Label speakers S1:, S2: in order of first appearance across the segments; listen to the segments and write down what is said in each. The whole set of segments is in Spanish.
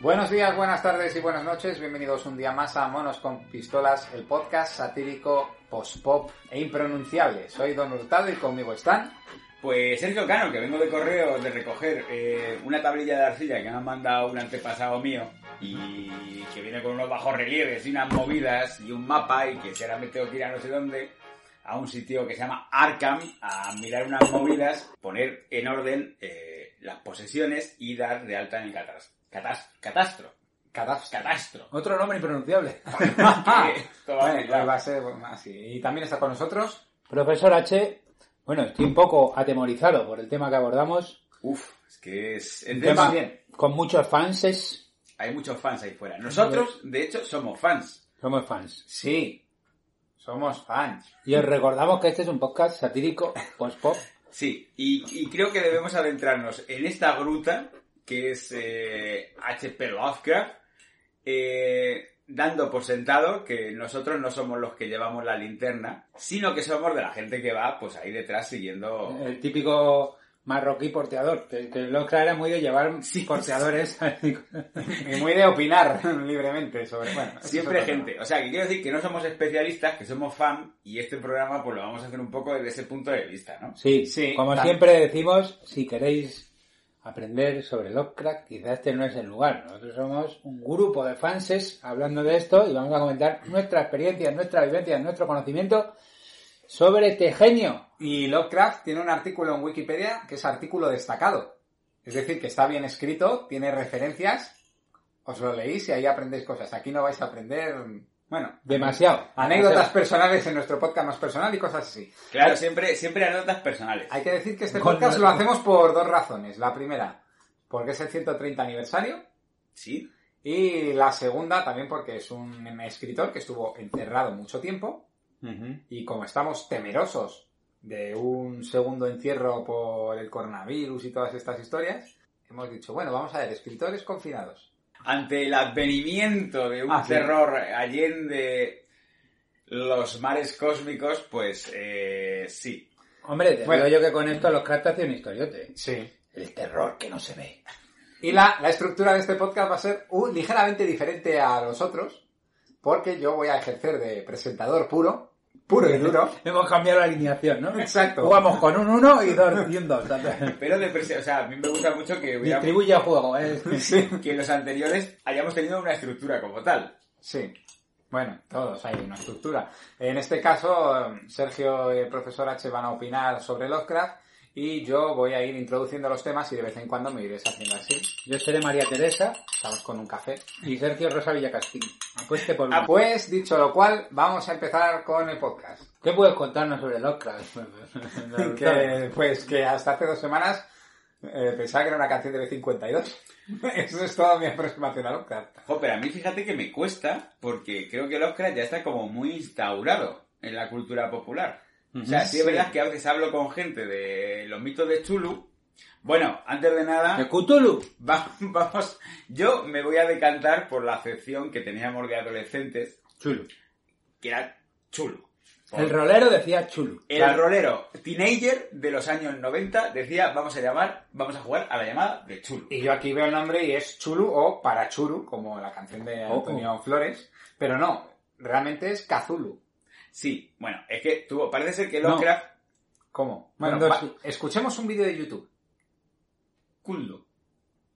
S1: Buenos días, buenas tardes y buenas noches. Bienvenidos un día más a Monos con Pistolas, el podcast satírico post-pop e impronunciable. Soy Don Hurtado y conmigo están.
S2: Pues Sergio Cano, que vengo de correo de recoger eh, una tablilla de arcilla que me ha mandado un antepasado mío y que viene con unos bajos relieves y unas movidas y un mapa y que si ahora me tengo que ir a no sé dónde a un sitio que se llama Arkham a mirar unas movidas, poner en orden eh, las posesiones y dar de alta en el catas catas- catastro.
S1: Cadastro.
S2: Catastro.
S3: Otro nombre impronunciable.
S1: Ah,
S2: Esto va a ser,
S1: Bueno,
S2: claro.
S1: va a ser bueno, así. Y también está con nosotros.
S3: Profesor H, bueno, estoy un poco atemorizado por el tema que abordamos.
S2: Uf, es que es... es de-
S3: Tema
S1: bien.
S3: con muchos fanses.
S2: Hay muchos fans ahí fuera. Nosotros, de hecho, somos fans.
S3: Somos fans.
S1: Sí, somos fans.
S3: Y os recordamos que este es un podcast satírico post-pop.
S2: Sí, y, y creo que debemos adentrarnos en esta gruta, que es eh, HP Lovecraft, eh, dando por sentado que nosotros no somos los que llevamos la linterna, sino que somos de la gente que va pues ahí detrás siguiendo...
S1: Eh,
S3: El típico marroquí porteador. Que, que Lovecraft era muy de llevar porteadores.
S1: Y muy de opinar libremente sobre. Bueno, eso es
S2: Siempre
S1: otro tema.
S2: gente. O sea, que quiero decir que no somos especialistas, que somos fan, y este programa pues lo vamos a hacer un poco desde ese punto de vista, ¿no?
S3: Sí,
S1: Sí,
S3: como
S1: tam-
S3: siempre decimos, si queréis aprender sobre Lovecraft, quizás este no es el lugar. Nosotros somos un grupo de fanses hablando de esto y vamos a comentar nuestra experiencia, nuestra vivencia, nuestro conocimiento sobre este genio.
S1: Y Lovecraft tiene un artículo en Wikipedia que es artículo destacado. Es decir, que está bien escrito, tiene referencias, os lo leís y ahí aprendéis cosas. Aquí no vais a aprender, bueno,
S3: Demasiado.
S1: anécdotas personales en nuestro podcast más personal y cosas así.
S2: Claro, siempre, siempre anécdotas personales.
S1: Hay que decir que este
S3: Con-
S1: podcast lo hacemos por dos razones. La primera, porque es el 130 aniversario.
S2: Sí,
S1: Y la segunda, también porque es un escritor que estuvo encerrado mucho tiempo Y como estamos temerosos de un segundo encierro por el coronavirus y todas estas historias, hemos dicho, bueno, vamos a ver, escritores confinados.
S2: ante el advenimiento de un
S1: Ah, sí.
S2: terror allende los mares cósmicos, pues eh, sí.
S3: Hombre, te
S1: Bueno.
S3: digo yo que con esto Lovecraft hace un historiote.
S1: Sí.
S3: El terror que no se ve.
S1: Y la, la estructura de este podcast va a ser un- ligeramente diferente a los otros, porque yo voy a ejercer de presentador puro, puro y duro.
S3: Hemos cambiado la alineación, ¿no?
S1: Exacto.
S3: Jugamos con un 1 y, dos- y un 2.
S2: Pero de presi- o sea, a mí me gusta mucho que, hubiera-
S3: Distribuye el juego. ¿eh?
S2: que en los anteriores hayamos tenido una estructura como tal.
S1: Sí. Bueno, todos hay una estructura. En este caso, Sergio y el profesor H van a opinar sobre Lovecraft y yo voy a ir introduciendo los temas y de vez en cuando me iréis haciendo así.
S3: Yo seré María Teresa
S1: Estamos con un café.
S3: y Sergio Rosa Villacastillo. Apueste por mí.
S1: Ah, Pues dicho lo cual, vamos a empezar con el podcast.
S3: ¿Qué puedes contarnos sobre Lovecraft?
S1: Que, pues que hasta hace dos semanas eh, pensaba que era una canción de B52. Eso es toda mi aproximación a Lovecraft.
S2: Jo, pero a mí fíjate que me cuesta porque creo que el Oscar ya está como muy instaurado en la cultura popular. O sea, sí es verdad que a veces hablo con gente de los mitos de Chulu. Bueno, antes de nada...
S3: ¿De Cthulhu?
S2: Va- vamos, yo me voy a decantar por la acepción que teníamos de adolescentes,
S3: Chulo.
S2: que era chulo. Por-
S3: El rolero decía chulo.
S2: el rolero teenager de los años 90 decía, vamos a llamar, vamos a jugar a la llamada de chulo.
S1: Y yo aquí veo el nombre y es Chulu o Parachuru, como la canción de
S3: Oh,
S1: Antonio Flores. Pero no, realmente es Kazulu.
S2: Sí, bueno, es que tuvo, parece ser que
S3: No.
S2: Lovecraft...
S1: ¿Cómo? Bueno,
S3: Cuando
S1: va-
S3: sí.
S1: escuchemos un vídeo de YouTube.
S2: Culdo.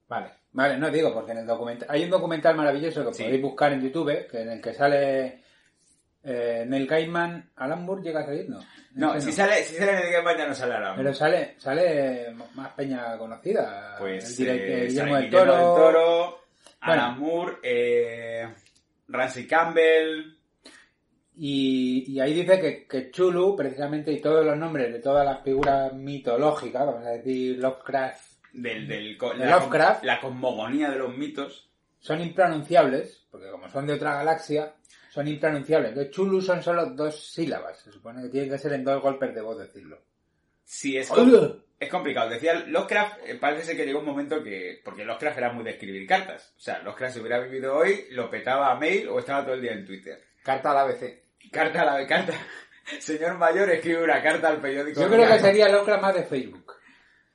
S1: Vale.
S3: Vale, no digo, porque en el documental... Hay un documental maravilloso que
S2: Sí.
S3: podéis buscar en YouTube, que en el que sale eh, Neil Gaiman... ¿Alan Moore llega a salir? No.
S2: No,
S3: Ese
S2: si sale, si sale en el Game ya no sale ahora.
S3: Pero sale, sale más peña conocida.
S2: Pues
S3: el direct-
S2: eh,
S3: eh, Guillermo
S2: sale
S3: del Toro.
S2: Guillermo del Toro,
S3: Bueno.
S2: Alan Moore, eh, Ramsey Campbell...
S3: Y, y ahí dice que, que Chulu, precisamente, y todos los nombres de todas las figuras mitológicas, vamos a decir Lovecraft,
S2: Del, del, co-
S3: De
S2: la-
S3: Lovecraft.
S2: la cosmogonía de los mitos.
S3: son impronunciables, porque como son de otra galaxia, son impronunciables. Entonces, Chulu son solo dos sílabas. Se supone que tiene que ser en dos golpes de voz decirlo.
S2: Sí, es,
S3: Hola.
S2: es complicado. Decía, Lovecraft eh, parece ser que llegó un momento que... Porque Lovecraft era muy de escribir cartas. O sea, Lovecraft si hubiera vivido hoy, lo petaba a mail o estaba todo el día en Twitter.
S1: Carta al ABC.
S2: Carta a la carta. Señor mayor escribe una carta al periódico.
S3: Yo creo que
S2: local.
S3: sería Lovecraft más de Facebook.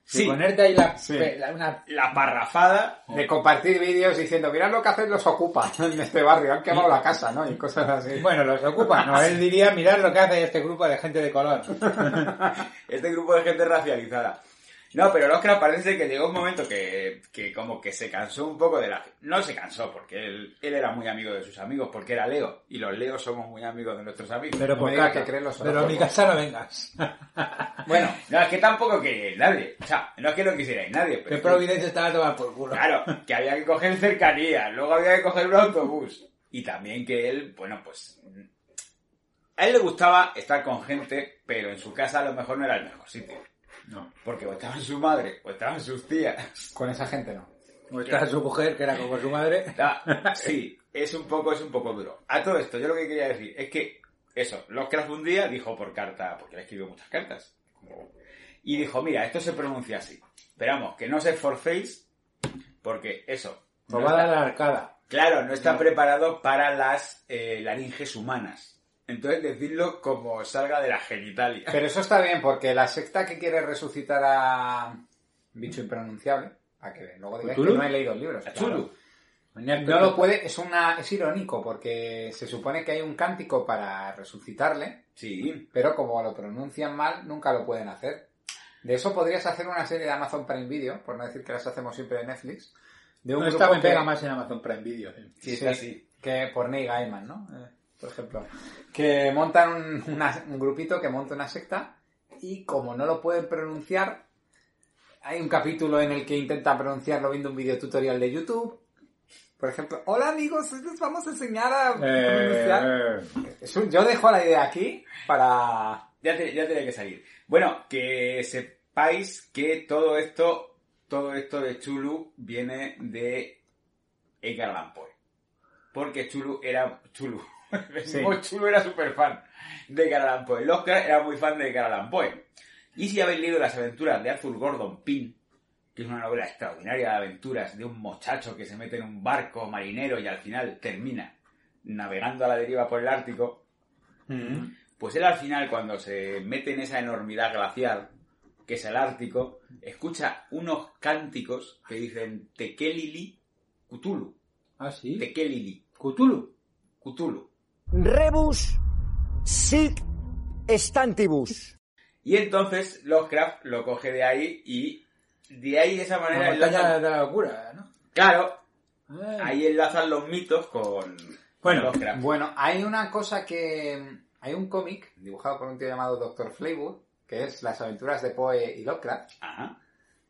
S3: Sí.
S2: Sí.
S3: ponerte ahí la,
S1: Sí.
S3: pe- la- una-
S2: La parrafada.
S3: Oh.
S1: De compartir vídeos diciendo, mirad lo que hacen los ocupa en este barrio, han quemado la casa, ¿no? Y cosas así.
S3: Bueno, los ocupa, ¿no? Él diría, mirad lo que hace este grupo de gente de color.
S2: este grupo de gente racializada. No, pero el Oscar parece que llegó un momento que, que como que se cansó un poco de la... No se cansó, porque él, él era muy amigo de sus amigos, porque era Leo. Y los Leos somos muy amigos de nuestros amigos.
S3: Pero
S1: No
S3: por
S1: me digas
S3: caca.
S1: que creen los
S3: Pero a mi
S1: horóscopos.
S3: casa no vengas.
S2: Bueno, no, es que tampoco que nadie. O sea, no es que lo quisierais nadie, pero...
S3: Que Providencia estaba a tomar por culo.
S2: Claro, que había que coger cercanías, luego había que coger un autobús. Y también que él, bueno, pues... A él le gustaba estar con gente, pero en su casa a lo mejor no era el mejor sitio.
S3: No.
S2: Porque o estaban su madre, o estaban sus tías.
S1: Con esa gente no.
S3: O estaba su mujer, que era como su madre.
S2: Ah, sí, es un poco, es un poco duro. A todo esto, yo lo que quería decir es que eso, Lovecraft un día dijo por carta, porque le escribió muchas cartas, y dijo, mira, esto se pronuncia así. Esperamos, que no os esforcéis, porque eso. no
S3: Robada
S2: está-
S3: la arcada.
S2: claro, no está preparado para las eh, laringes humanas. Entonces decidlo como salga de la genitalia.
S1: Pero eso está bien, porque la secta que quiere resucitar a bicho impronunciable, a que luego digáis que
S3: ¿Cthulhu?
S1: no he leído libros.
S2: A
S1: claro.
S2: Chulu.
S1: No lo puede, es una, es irónico, porque se supone que hay un cántico para resucitarle,
S2: Sí.
S1: pero como lo pronuncian mal, nunca lo pueden hacer. De eso podrías hacer una serie de Amazon Prime Video, por no decir que las hacemos siempre en Netflix, de un
S3: No
S1: grupo
S3: está muy
S1: que-
S3: pega más en Amazon Prime Video. eh.
S2: Sí, está así.
S1: que por Neil Gaiman, ¿no? Eh, por ejemplo, que montan un, una- un grupito que monta una secta y como no lo pueden pronunciar, hay un capítulo en el que intentan pronunciarlo viendo un video tutorial de YouTube. Por ejemplo, hola amigos, hoy les vamos a enseñar a pronunciar.
S3: Eh, eh.
S1: Es un- yo dejo la idea aquí para...
S2: Ah, Ya, te- ya tenía que salir. Bueno, que sepáis que todo esto, todo esto de Chulu viene de Edgar Allan Poe. Porque Chulu era Chulu.
S1: Sí.
S2: Chulu era súper fan de Edgar Allan Poe. El Oscar era muy fan de Edgar Allan Poe. Y si habéis leído las aventuras de Arthur Gordon Pym, que es una novela extraordinaria de aventuras de un muchacho que se mete en un barco marinero y al final termina navegando a la deriva por el Ártico,
S3: Mm-hmm.
S2: pues él al final, cuando se mete en esa enormidad glacial, que es el Ártico, escucha unos cánticos que dicen Tekelili Cthulhu.
S3: Ah, sí.
S2: Tekelili
S3: Cthulhu.
S2: Cthulhu.
S4: Rebus sic stantibus.
S2: Y entonces Lovecraft lo coge de ahí y de ahí de esa manera
S3: La
S2: enlazan-
S3: batalla de la locura, ¿no?
S2: Claro,
S3: Eh.
S2: ahí enlazan los mitos con, con
S3: Bueno,
S2: Lovecraft.
S1: Bueno, hay una cosa que... Hay un cómic dibujado por un tío llamado Dr. Flavor, que es Las aventuras de Poe y Lovecraft,
S2: Ajá.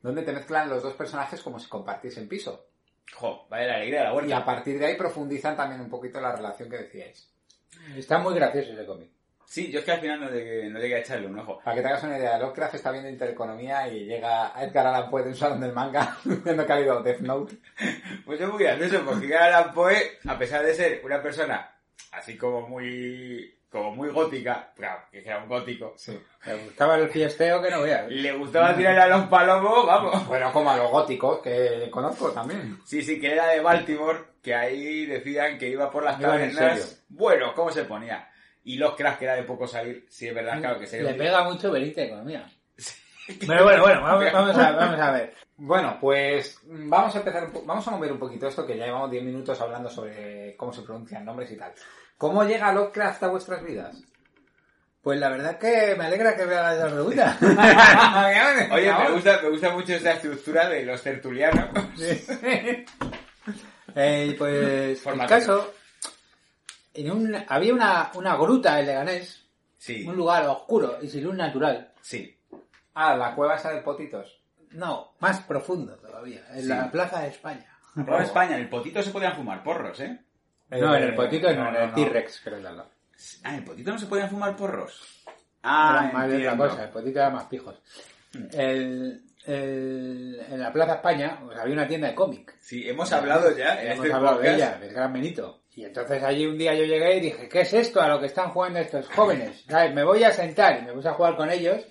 S1: donde te mezclan los dos personajes como si compartiesen piso.
S2: Jo, vaya la alegría de la
S1: Y a
S2: huerta.
S1: partir de ahí profundizan también un poquito la relación que decíais.
S3: Está muy gracioso ese cómic.
S2: Sí, yo es que al final no llegué, no llegué a echarle un ojo.
S1: Para que te hagas una idea, Lovecraft está viendo Intereconomía y llega a Edgar Allan Poe de un salón del manga diciendo que ha habido Death Note.
S2: Pues es muy gracioso porque Edgar Allan Poe, a pesar de ser una persona así como muy como muy gótica, claro, que era un gótico,
S1: Sí.
S3: Me gustaba el fiesteo que no veas.
S2: le gustaba tirar a los palomos, vamos.
S1: Bueno, como a los góticos, que conozco también.
S2: Sí, sí, que era de Baltimore, que ahí decían que iba por las
S3: Iban en
S2: tabernas.
S3: serio.
S2: Bueno, ¿cómo se ponía? Y los cracks que era de poco salir, sí es verdad, claro que se
S3: Le pega mucho venirte de economía. Pero bueno, bueno, vamos, vamos a, vamos a ver.
S1: Bueno, pues mm, vamos a empezar, un po- vamos a mover un poquito esto, que ya llevamos 10 minutos hablando sobre cómo se pronuncian nombres y tal. ¿Cómo llega Lovecraft a vuestras vidas?
S3: Pues la verdad que me alegra que veas esa pregunta.
S2: Oye, me gusta, me gusta mucho esa estructura de los tertulianos.
S3: Eh, pues, el
S2: Formato.
S3: caso, en un, había una, una gruta en Leganés,
S2: Sí,
S3: un lugar oscuro y sin luz natural.
S2: sí.
S1: Ah, la cueva esa de Potitos.
S3: No, más profundo todavía, en
S2: Sí.
S3: la Plaza de España.
S2: Pero en España, en el potito se podían fumar porros, ¿eh?
S3: No, en el potito no,
S1: no,
S3: en el
S1: no.
S3: T-Rex, creo que era.
S2: Ah, en el potito no se podían fumar porros. Ah,
S3: Era más de otra cosa, el potito era más pijos. El- el- en la Plaza España pues, había una tienda de cómic.
S2: Sí, hemos hablado ya en
S3: Hemos
S2: este
S3: hablado de
S2: podcast.
S3: ella, del gran Benito. Y entonces allí un día yo llegué y dije, ¿qué es esto a lo que están jugando estos jóvenes? ¿Sabes? Me voy a sentar y me puse a jugar con ellos.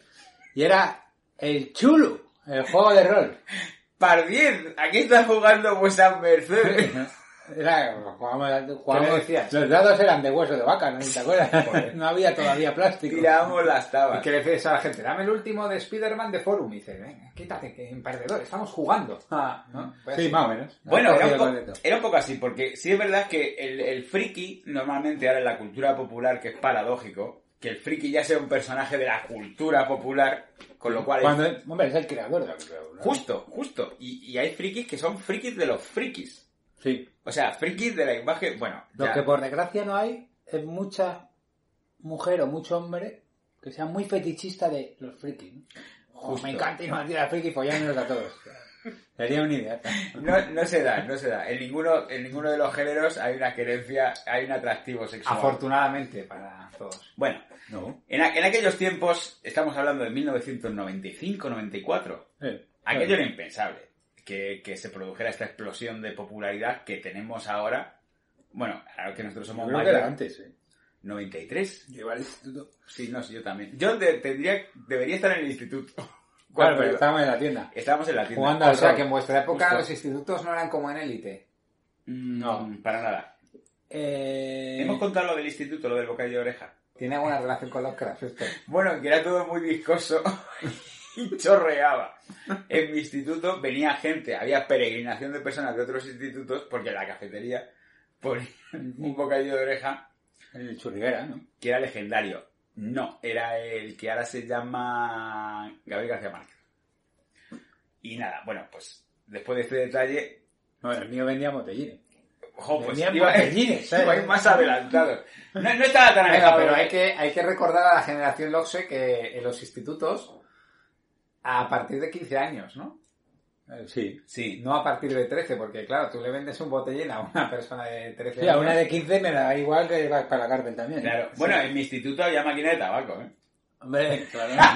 S3: Y era el chulo, el juego de rol.
S2: Pardiez, aquí está jugando vuestra pues merced.
S3: Era, jugábamos, jugábamos-
S1: ¿Qué le decías?
S3: los dados eran de hueso de vaca, ¿no? ¿Te acuerdas?
S1: Joder.
S3: no había todavía plástico.
S2: Tiramos las
S1: ¿Y
S2: tabas.
S1: qué le dices a la gente? Dame el último de Spider-Man de Forum. Y dice, venga, quítate, que en perdedor, estamos jugando. Ah, ¿no? Pues
S3: Sí,
S1: así.
S3: más o menos.
S2: Bueno,
S3: Todo
S2: era un,
S3: bien
S2: poco,
S3: contento.
S2: era un poco así, porque sí es verdad que el, el friki, normalmente ahora en la cultura popular, que es paradójico, que el friki ya sea un personaje de la cultura popular, con lo cual...
S3: Cuando, hombre, es el creador de la película, ¿no?
S2: Justo, justo. Y, y hay frikis que son frikis de los frikis.
S3: Sí.
S2: O sea, frikis de la imagen... Bueno,
S3: Lo
S2: ya.
S3: que por desgracia no hay es mucha mujer o mucho hombre que sea muy fetichista de los frikis. ¿no? Oh,
S2: Justo.
S3: me encanta y nos tira friki follándonos a todos. Sería un ideal.
S2: No, no se da, no se da. En ninguno, en ninguno de los géneros hay una querencia, hay un atractivo sexual.
S1: Afortunadamente para todos.
S2: Bueno,
S3: No.
S2: en, a- en aquellos tiempos, estamos hablando de 1995-94, aquello era impensable, que, que se produjera esta explosión de popularidad que tenemos ahora. Bueno, ahora que nosotros somos
S3: creo que era
S2: mayores,
S3: antes, ¿eh?
S2: 93.
S3: Yo iba al instituto.
S2: Sí, no, sí, yo también. Yo de- tendría, debería estar en el instituto.
S3: Claro,
S2: Cuando
S3: pero
S2: iba-
S3: estábamos en la tienda.
S2: Estábamos en la tienda.
S3: Jugando
S1: O
S3: al
S1: sea
S3: rol.
S1: que en vuestra época
S3: Justo.
S1: los institutos no eran como en élite.
S2: Mm,
S3: No.
S2: para nada.
S3: Eh,
S2: Hemos contado lo del instituto, lo del bocadillo de oreja.
S1: Tiene alguna relación con los crafts esto.
S2: Bueno, que era todo muy viscoso y chorreaba. En mi instituto venía gente, había peregrinación de personas de otros institutos porque en la cafetería ponían un bocadillo de oreja
S3: El churriguera, ¿no?
S2: que era legendario. No, era el que ahora se llama Gabriel García Márquez. Y nada, bueno, pues después de este detalle,
S3: No, el mío vendía botellines.
S2: ojo, pues
S3: Venían
S2: iba,
S3: botellines, ¿sabes?
S2: iba ahí más adelantado. No, no estaba tan alejado,
S1: pero hay que, hay que recordar a la generación Loxe que en los institutos a partir de 15 años, ¿no?
S3: Eh, Sí.
S2: Sí,
S1: No a partir de 13, porque claro, tú le vendes un botellín a una persona de 13
S3: Sí, a
S1: años.
S3: una de 15 me da igual que vas para la cárcel también.
S2: claro.
S3: Sí.
S2: Bueno, en mi instituto había máquina de tabaco, ¿eh?
S3: Hombre,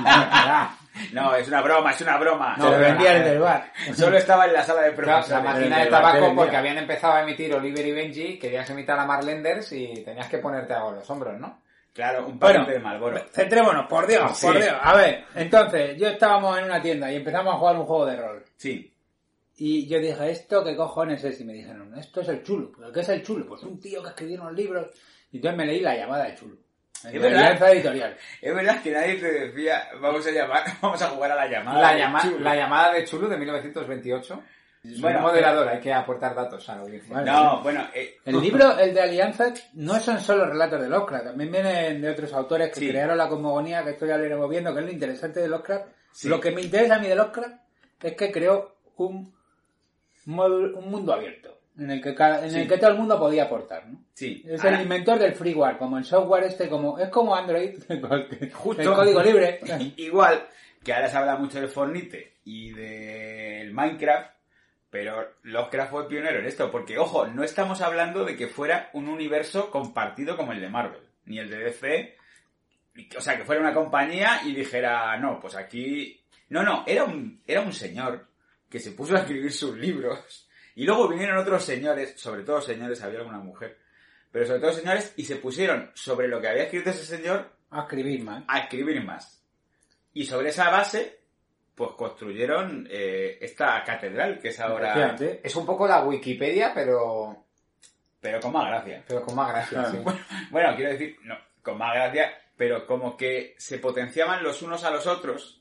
S3: claro.
S2: No, es una broma, es una broma.
S1: Se
S3: No, eh. lo
S1: lo
S3: vendía
S1: vendían
S3: el del bar.
S2: Solo estaba en la sala de
S1: Claro, la
S2: profesores.
S1: máquina de
S3: el cartel
S1: tabaco
S3: vendía.
S1: porque habían empezado a emitir Oliver y Benji, querías imitar a Marlenders y tenías que ponerte algo en los hombros, ¿no?
S2: Claro, un paquete
S3: Bueno.
S2: de Malboro.
S3: Centrémonos, por Dios,
S2: Sí.
S3: por Dios. A ver, entonces, yo estábamos en una tienda y empezamos a jugar un juego de rol.
S2: Sí.
S3: Y yo dije, ¿esto qué cojones es? Y me dijeron, esto es el chulo. ¿Pero qué es el chulo? Pues un tío que escribió unos libros. Y entonces me leí la llamada de chulo. En
S2: verdad?
S3: Alianza editorial.
S2: Es verdad que nadie te decía, vamos a llamar, vamos a jugar a la llamada.
S1: La,
S2: del
S1: llama-
S2: chulo.
S1: la llamada de Chulu de 1928.
S2: Bueno,
S1: Bueno, moderador, hay que aportar datos a la audiencia.
S3: Vale.
S2: No, bueno, eh,
S3: El libro, el de Alianza, no son solo relatos de Lovecraft, también vienen de otros autores que
S2: Sí.
S3: crearon la cosmogonía, que esto ya lo iremos viendo, que es lo interesante de Lovecraft.
S2: Sí.
S3: Lo que me interesa a mí de Lovecraft es que creó un, módulo- un mundo abierto, en el que cada- en
S2: Sí.
S3: el que todo el mundo podía aportar, ¿no?
S2: sí. Ah.
S3: Es
S2: Ahora,
S3: el inventor del freeware, como el software este, como es como Android,
S2: Justo.
S3: el código libre.
S2: Igual que ahora se habla mucho del Fornite y del Minecraft, pero Lovecraft fue pionero en esto, porque ojo, no estamos hablando de que fuera un universo compartido como el de Marvel, ni el de DC, o sea, que fuera una compañía y dijera, no, pues aquí... No, no, era un, era un señor que se puso a escribir sus libros y luego vinieron otros señores, sobre todo señores, había alguna mujer, pero sobre todo señores, y se pusieron sobre lo que había escrito ese señor
S3: A escribir más.
S2: a escribir más. Y sobre esa base, pues construyeron eh, esta catedral, que es ahora...
S3: Efectivamente.
S1: Es un poco la Wikipedia, pero,
S2: Pero con más gracia.
S1: pero con más gracia.
S3: Claro.
S1: sí.
S2: Bueno, quiero decir, no, con más gracia, pero como que se potenciaban los unos a los otros,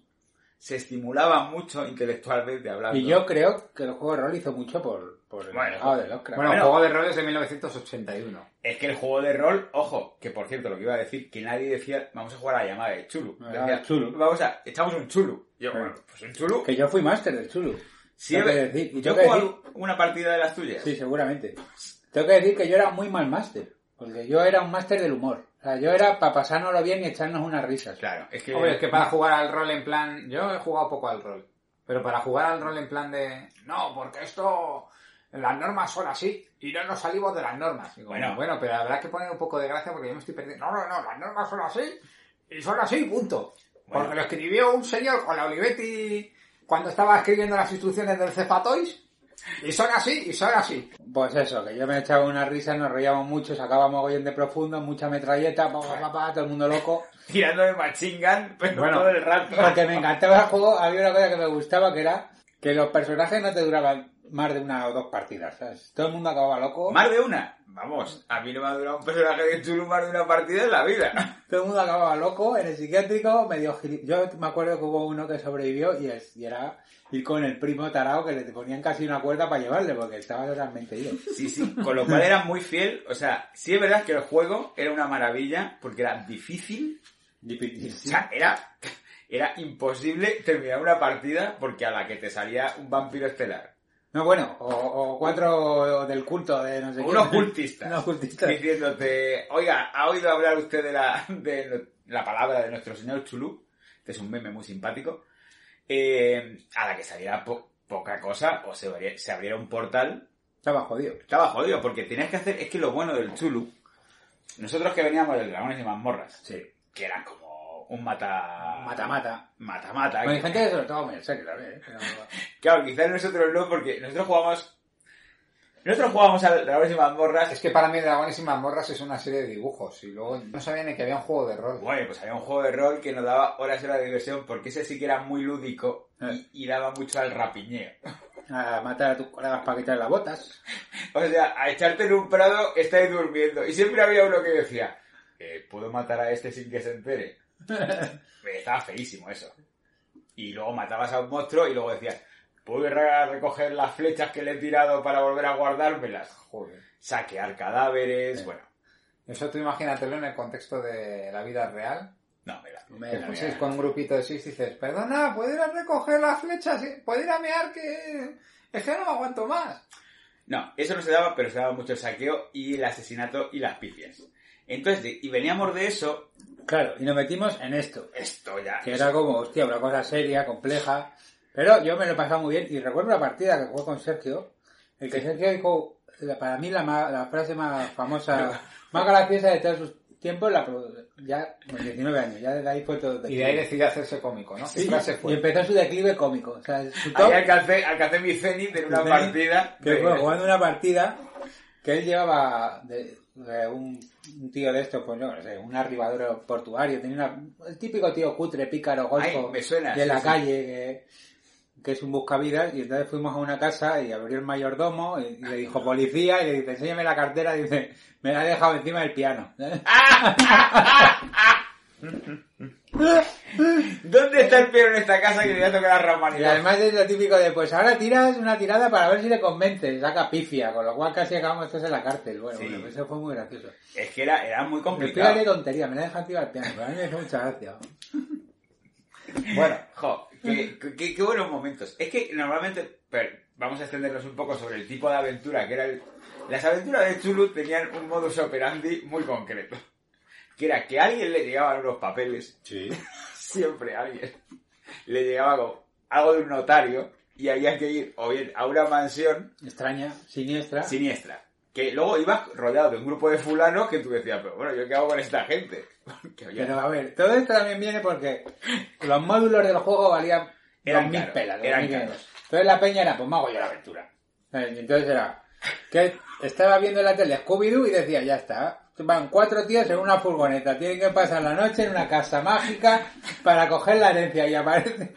S2: se estimulaban mucho intelectualmente hablando.
S3: Y yo creo que el juego de rol hizo mucho por, por el
S2: Bueno.
S3: legado de Lovecraft.
S1: Bueno,
S2: Bueno.
S1: juego de roles de 1981.
S2: Es que el juego de rol, ojo, que por cierto, lo que iba a decir, que nadie decía, vamos a jugar a la llamada de Chulu.
S3: Ah,
S2: Decía,
S3: Chulu.
S2: Vamos a, echamos un Chulu. Yo, bueno, pues un Chulu.
S3: Que yo fui máster del Chulu.
S2: Sí,
S3: Tengo que
S2: eh,
S3: decir, y
S2: yo
S3: tengo que
S2: he
S3: decir-
S2: jugado una partida de las tuyas.
S3: Sí, seguramente. Tengo que decir que yo era muy mal máster. Porque yo era un máster del humor. O sea, yo era para pasárnoslo bien y echarnos unas risas.
S2: Claro, es que...
S1: Hombre, es que para jugar al rol en plan... Yo he jugado poco al rol. Pero para jugar al rol en plan de... No, porque esto... Las normas son así y no nos salimos de las normas. Digo,
S2: Bueno.
S1: bueno, bueno, pero habrá que poner un poco de gracia porque yo me estoy perdiendo. No, no, no, las normas son así y son así, punto.
S2: Bueno.
S1: Porque lo escribió un señor con la Olivetti cuando estaba escribiendo las instrucciones del Cepatois y son así y son así.
S3: Pues eso, que yo me echaba unas risas, nos reíamos mucho, sacábamos mogollón de profundo, mucha metralleta, pa, pa, pa, pa, todo el mundo loco.
S2: tirando de machine gun, pero
S1: Bueno,
S2: todo el rato.
S3: Porque me encantaba el juego, había una cosa que me gustaba que era que los personajes no te duraban más de una o dos partidas, ¿sabes? Todo el mundo acababa loco.
S2: Más de una. Vamos, a mí no me ha durado un personaje de Chulu más de una partida en la vida.
S3: Todo el mundo acababa loco en el psiquiátrico, medio gili- Yo me acuerdo que hubo uno que sobrevivió y, es- y era ir con el primo tarao que le ponían casi una cuerda para llevarle porque estaba totalmente ido.
S2: Sí, sí. Con lo cual era muy fiel. O sea, sí es verdad que el juego era una maravilla porque era difícil. O sea, era, era imposible terminar una partida porque a la que te salía un vampiro estelar.
S3: No, bueno, o, o cuatro del culto de no sé
S2: O
S3: qué.
S2: Unos cultistas.
S3: Unos cultistas.
S2: Diciéndote, oiga, ¿ha oído hablar usted de la, de lo- la palabra de nuestro señor Chulú? Este es un meme muy simpático. Eh, a la que saliera po- poca cosa o se, abri- se abriera un portal
S3: Estaba jodido.
S2: Estaba jodido porque tenías que hacer, es que lo bueno del Chulu, nosotros que veníamos de Dragones y Mazmorras,
S3: Sí.
S2: que era como un mata...
S3: Mata-mata.
S2: Mata-mata.
S3: Con gente que se lo estaba muy en serio también. ¿eh? Pero-
S2: Claro, quizás nosotros no, porque nosotros jugamos... Nosotros jugábamos a Dragones y
S1: Es
S2: Mazmorras...
S1: que para mí Dragones y Mazmorras es una serie de dibujos y luego no sabía ni que había un juego de rol.
S2: Bueno, pues había un juego de rol que nos daba horas y horas de diversión porque ese sí que era muy lúdico y, y daba mucho al rapiñeo.
S3: A matar a tus colegas para quitar las botas.
S2: O sea, a echarte en un prado estáis durmiendo. Y siempre había uno que decía, eh, ¿puedo matar a este sin que se entere? Estaba feísimo eso. Y luego matabas a un monstruo y luego decías, ¿puedo ir a recoger las flechas que le he tirado para volver a guardármelas?
S1: Joder.
S2: Saquear cadáveres, bueno.
S1: Eso tú imagínatelo en el contexto de la vida real.
S2: No, me la...
S3: Me-
S1: Que
S3: la
S1: fueses
S3: mea.
S1: con un grupito de seis y dices, perdona, ¿puedo ir a recoger las flechas? ¿Sí? ¿Puedo ir a mear que... Es que no me aguanto más.
S2: No, eso no se daba, pero se daba mucho el saqueo y el asesinato y las pifias. Entonces, de- y veníamos de eso,
S3: Claro, y nos metimos en esto.
S2: esto ya...
S3: Que era como, hostia, una cosa seria, compleja. Pero yo me lo he pasado muy bien. Y recuerdo la partida que jugué con Sergio. El que Sergio dijo, la- para mí la, ma- la frase más famosa, más graciosa de todos sus tiempos, la, pro- ya con 19 años. Ya desde ahí fue todo.
S1: Y de ahí decidió hacerse cómico, ¿no? ¿Qué
S3: Sí,
S1: frase
S3: y
S1: fue?
S3: empezó su declive cómico. O sea, su top
S2: Ahí alcancé, alcancé mi cenit en una
S3: Cenit,
S2: partida.
S3: que
S2: de-
S3: fue jugando una partida que él llevaba de, de un, un tío de estos, pues yo no sé, un arribadero portuario, tenía una- el típico tío cutre, pícaro, golfo,
S2: Ay, me suena,
S3: de
S2: sí,
S3: la
S2: sí.
S3: calle, que, que es un buscavidas, y entonces fuimos a una casa y abrió el mayordomo, y, y le dijo policía, y le dice, enséñame la cartera, y dice, me la he dejado encima del piano. ¿eh?
S2: ¿Dónde está el perro en esta casa que le voy a tocar a
S3: Y
S2: Ramanidad?
S3: además es lo típico de, pues ahora tiras una tirada para ver si le convences, saca pifia, con lo cual casi acabamos todos en la cárcel. Bueno,
S2: Sí.
S3: bueno, pues eso fue muy gracioso.
S2: Es que era, era muy
S3: Me pega de
S2: complicado.
S3: tontería, me la deja activar el piano, pero a mí me hace mucha gracia.
S2: Bueno, jo, qué, qué- qué buenos momentos. Es que normalmente, pero vamos a extendernos un poco sobre el tipo de aventura que era el... Las aventuras de Chulu tenían un modus operandi muy concreto. Que era que a alguien le llegaban unos papeles,
S3: Sí.
S2: siempre a alguien, le llegaba algo, algo de un notario y había que ir o bien a una mansión
S3: Extraña, siniestra.
S2: siniestra. Que luego ibas rodeado de un grupo de fulanos que tú decías, pero bueno, ¿yo qué hago con esta gente? Porque había-
S3: Pero a ver, todo esto también viene porque los módulos del juego valían
S2: Eran
S3: 2.000
S2: caros,
S3: pelas.
S2: eran
S3: 2.000
S2: caros.
S3: euros. Entonces la peña era, pues me hago yo la aventura. ¿Sabes? Y Entonces era, que estaba viendo la tele Scooby-Doo y decía, ya está. Van cuatro tíos en una furgoneta, tienen que pasar la noche en una casa mágica para coger la herencia y aparece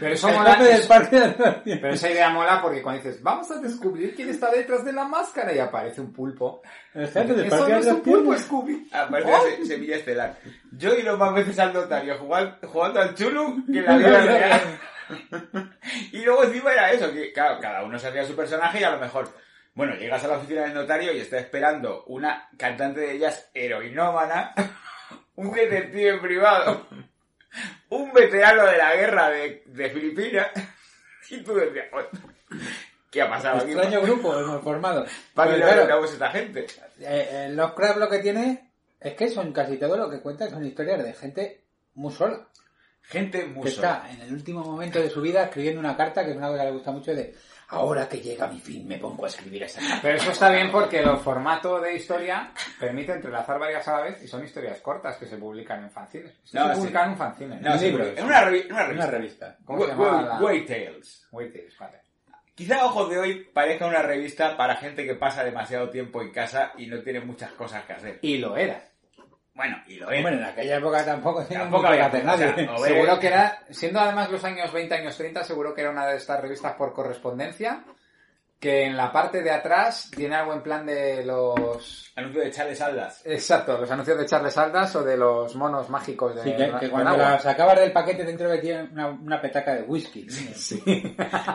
S1: Pero eso
S3: el
S1: mola-
S3: jefe del parque de atracciones.
S1: Pero esa idea mola porque cuando dices, vamos a descubrir quién está detrás de la máscara y aparece un pulpo.
S3: El jefe del
S1: Eso
S3: parque
S1: no
S3: de
S1: es un
S3: atracciones.
S1: pulpo, Scooby.
S3: Ah, pues
S2: Aparte
S1: ¡Oh!
S2: de Se- Sevilla Estelar. Yo he ido más veces al notario jugar- jugando al chulo que en la vida real. y luego encima era eso, que claro, cada uno se hacía su personaje y a lo mejor, bueno, llegas a la oficina del notario y está esperando una cantante de ellas heroinómana, un detective privado, un veterano de la guerra de, de Filipinas, y tú decías, "Joder, ¿qué ha pasado aquí?
S3: Extraño grupo hemos formado.
S2: ¿Para qué
S3: Pero
S2: le
S3: claro,
S2: arreglamos a esta gente?
S3: eh, eh, los crabs lo que tiene es que son casi todo lo que cuentan son historias de gente muy sola.
S2: Gente
S3: que
S2: muy sola.
S3: está en el último momento de su vida escribiendo una carta, que es una cosa que le gusta mucho, de ahora que llega mi fin me pongo a escribir esta carta.
S1: Pero eso está bien porque el formato de historia permite entrelazar varias a la vez y son historias cortas que se publican en fanzines. Esto
S2: No,
S1: se
S2: sí.
S1: publican en un fanzine.
S2: No, sí,
S3: libro.
S2: en una, revi- en una
S3: Una
S2: revista.
S3: revista.
S1: ¿Cómo se
S2: Wa-
S1: llamaba
S2: wa-
S1: la-
S2: Way Tales.
S1: Wait, es- vale.
S2: Quizá a ojos de hoy parezca una revista para gente que pasa demasiado tiempo en casa y no tiene muchas cosas que hacer.
S1: Y lo era.
S2: Bueno, y lo es.
S3: Hombre, en aquella época tampoco tenía
S2: Tampoco
S3: mucho que
S2: había
S3: hacer
S2: mucho,
S3: nadie.
S2: o sea, Joder.
S1: Seguro que era, siendo además los años 20, años 30, seguro que era una de estas revistas por correspondencia que en la parte de atrás tiene algo en plan de los...
S2: Anuncio de Charles Aldas.
S1: Exacto, los anuncios de Charles Aldas o de los monos mágicos de...
S3: Sí, que, que cuando
S1: Managua.
S3: las acabas del paquete dentro le tienen una, una petaca de whisky.
S1: Sí.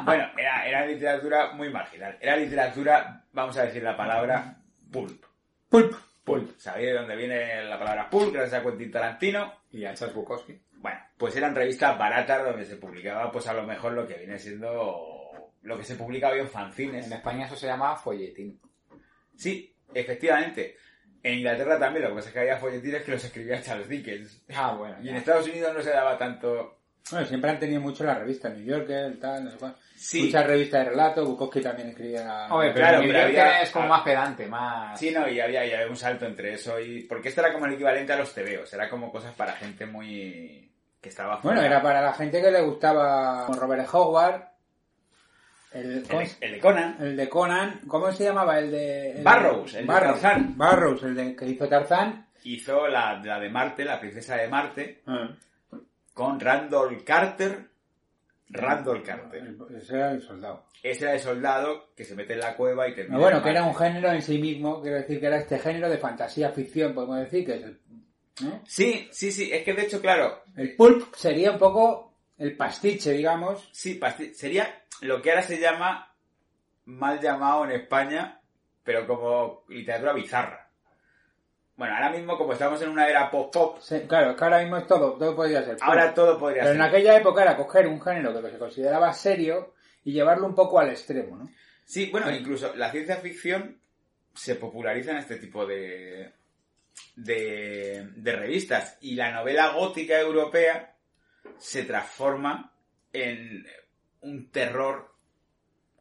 S2: Bueno, era, era literatura muy marginal. Era literatura, vamos a decir la palabra, pulp.
S3: Pulp.
S2: Pulp. ¿Sabéis de dónde viene la palabra pulp? Gracias a Quentin Tarantino.
S1: y a Charles Bukowski.
S2: Bueno, pues eran revistas baratas donde se publicaba, pues a lo mejor lo que viene siendo lo que se publicaba en fanzines.
S1: En España eso se llamaba folletín.
S2: Sí, efectivamente. En Inglaterra también lo que pasa es que había folletines que los escribía Charles Dickens.
S1: Ah, bueno.
S2: Y en
S1: ya.
S2: Estados Unidos no se daba tanto.
S3: Bueno, siempre han tenido mucho las revistas New Yorker, tal, no sé cuál.
S2: Sí.
S3: Muchas revistas de relato, Bukowski también escribía...
S1: Hombre, pero
S2: Claro,
S1: en New
S2: pero
S1: York
S2: había-
S1: es como
S2: ah.
S1: más pedante, más...
S2: Sí, no, y había, y había un salto entre eso y. Porque esto era como el equivalente a los TVOs, era como cosas para gente muy. que estaba fuera.
S3: Bueno, era para la gente que le gustaba con Robert Howard, el, ¿cómo
S2: El,
S3: es?
S2: el de Conan.
S3: el de Conan, ¿cómo se llamaba? El de... el-
S2: Barrows, el de
S3: Barrows,
S2: Tarzán.
S3: Barrows, el de, que hizo Tarzán.
S2: Hizo la, la de Marte, la princesa de Marte, con Randall Carter. Randall Carter.
S3: El- Ese era el soldado.
S2: Ese era el soldado que se mete en la cueva y termina.
S3: No, bueno,
S2: en
S3: que era
S2: Marte.
S3: un género en sí mismo, quiero decir que era este género de fantasía ficción, podemos decir, que es el, ¿no?
S2: Sí, sí, sí, es que de hecho, claro,
S3: El pulp sería un poco el pastiche, digamos.
S2: sí, pasti- sería lo que ahora se llama mal llamado en España, pero como literatura bizarra. Bueno, ahora mismo como estamos en una era post-pop,
S3: Se- claro, es que ahora mismo es todo, todo podría ser. pulp.
S2: ahora todo podría
S3: Pero en
S2: ser.
S3: aquella época era coger un género que se consideraba serio y llevarlo un poco al extremo, ¿no?
S2: Sí, bueno, incluso la ciencia ficción se populariza en este tipo de, de, de revistas y la novela gótica europea se transforma en un terror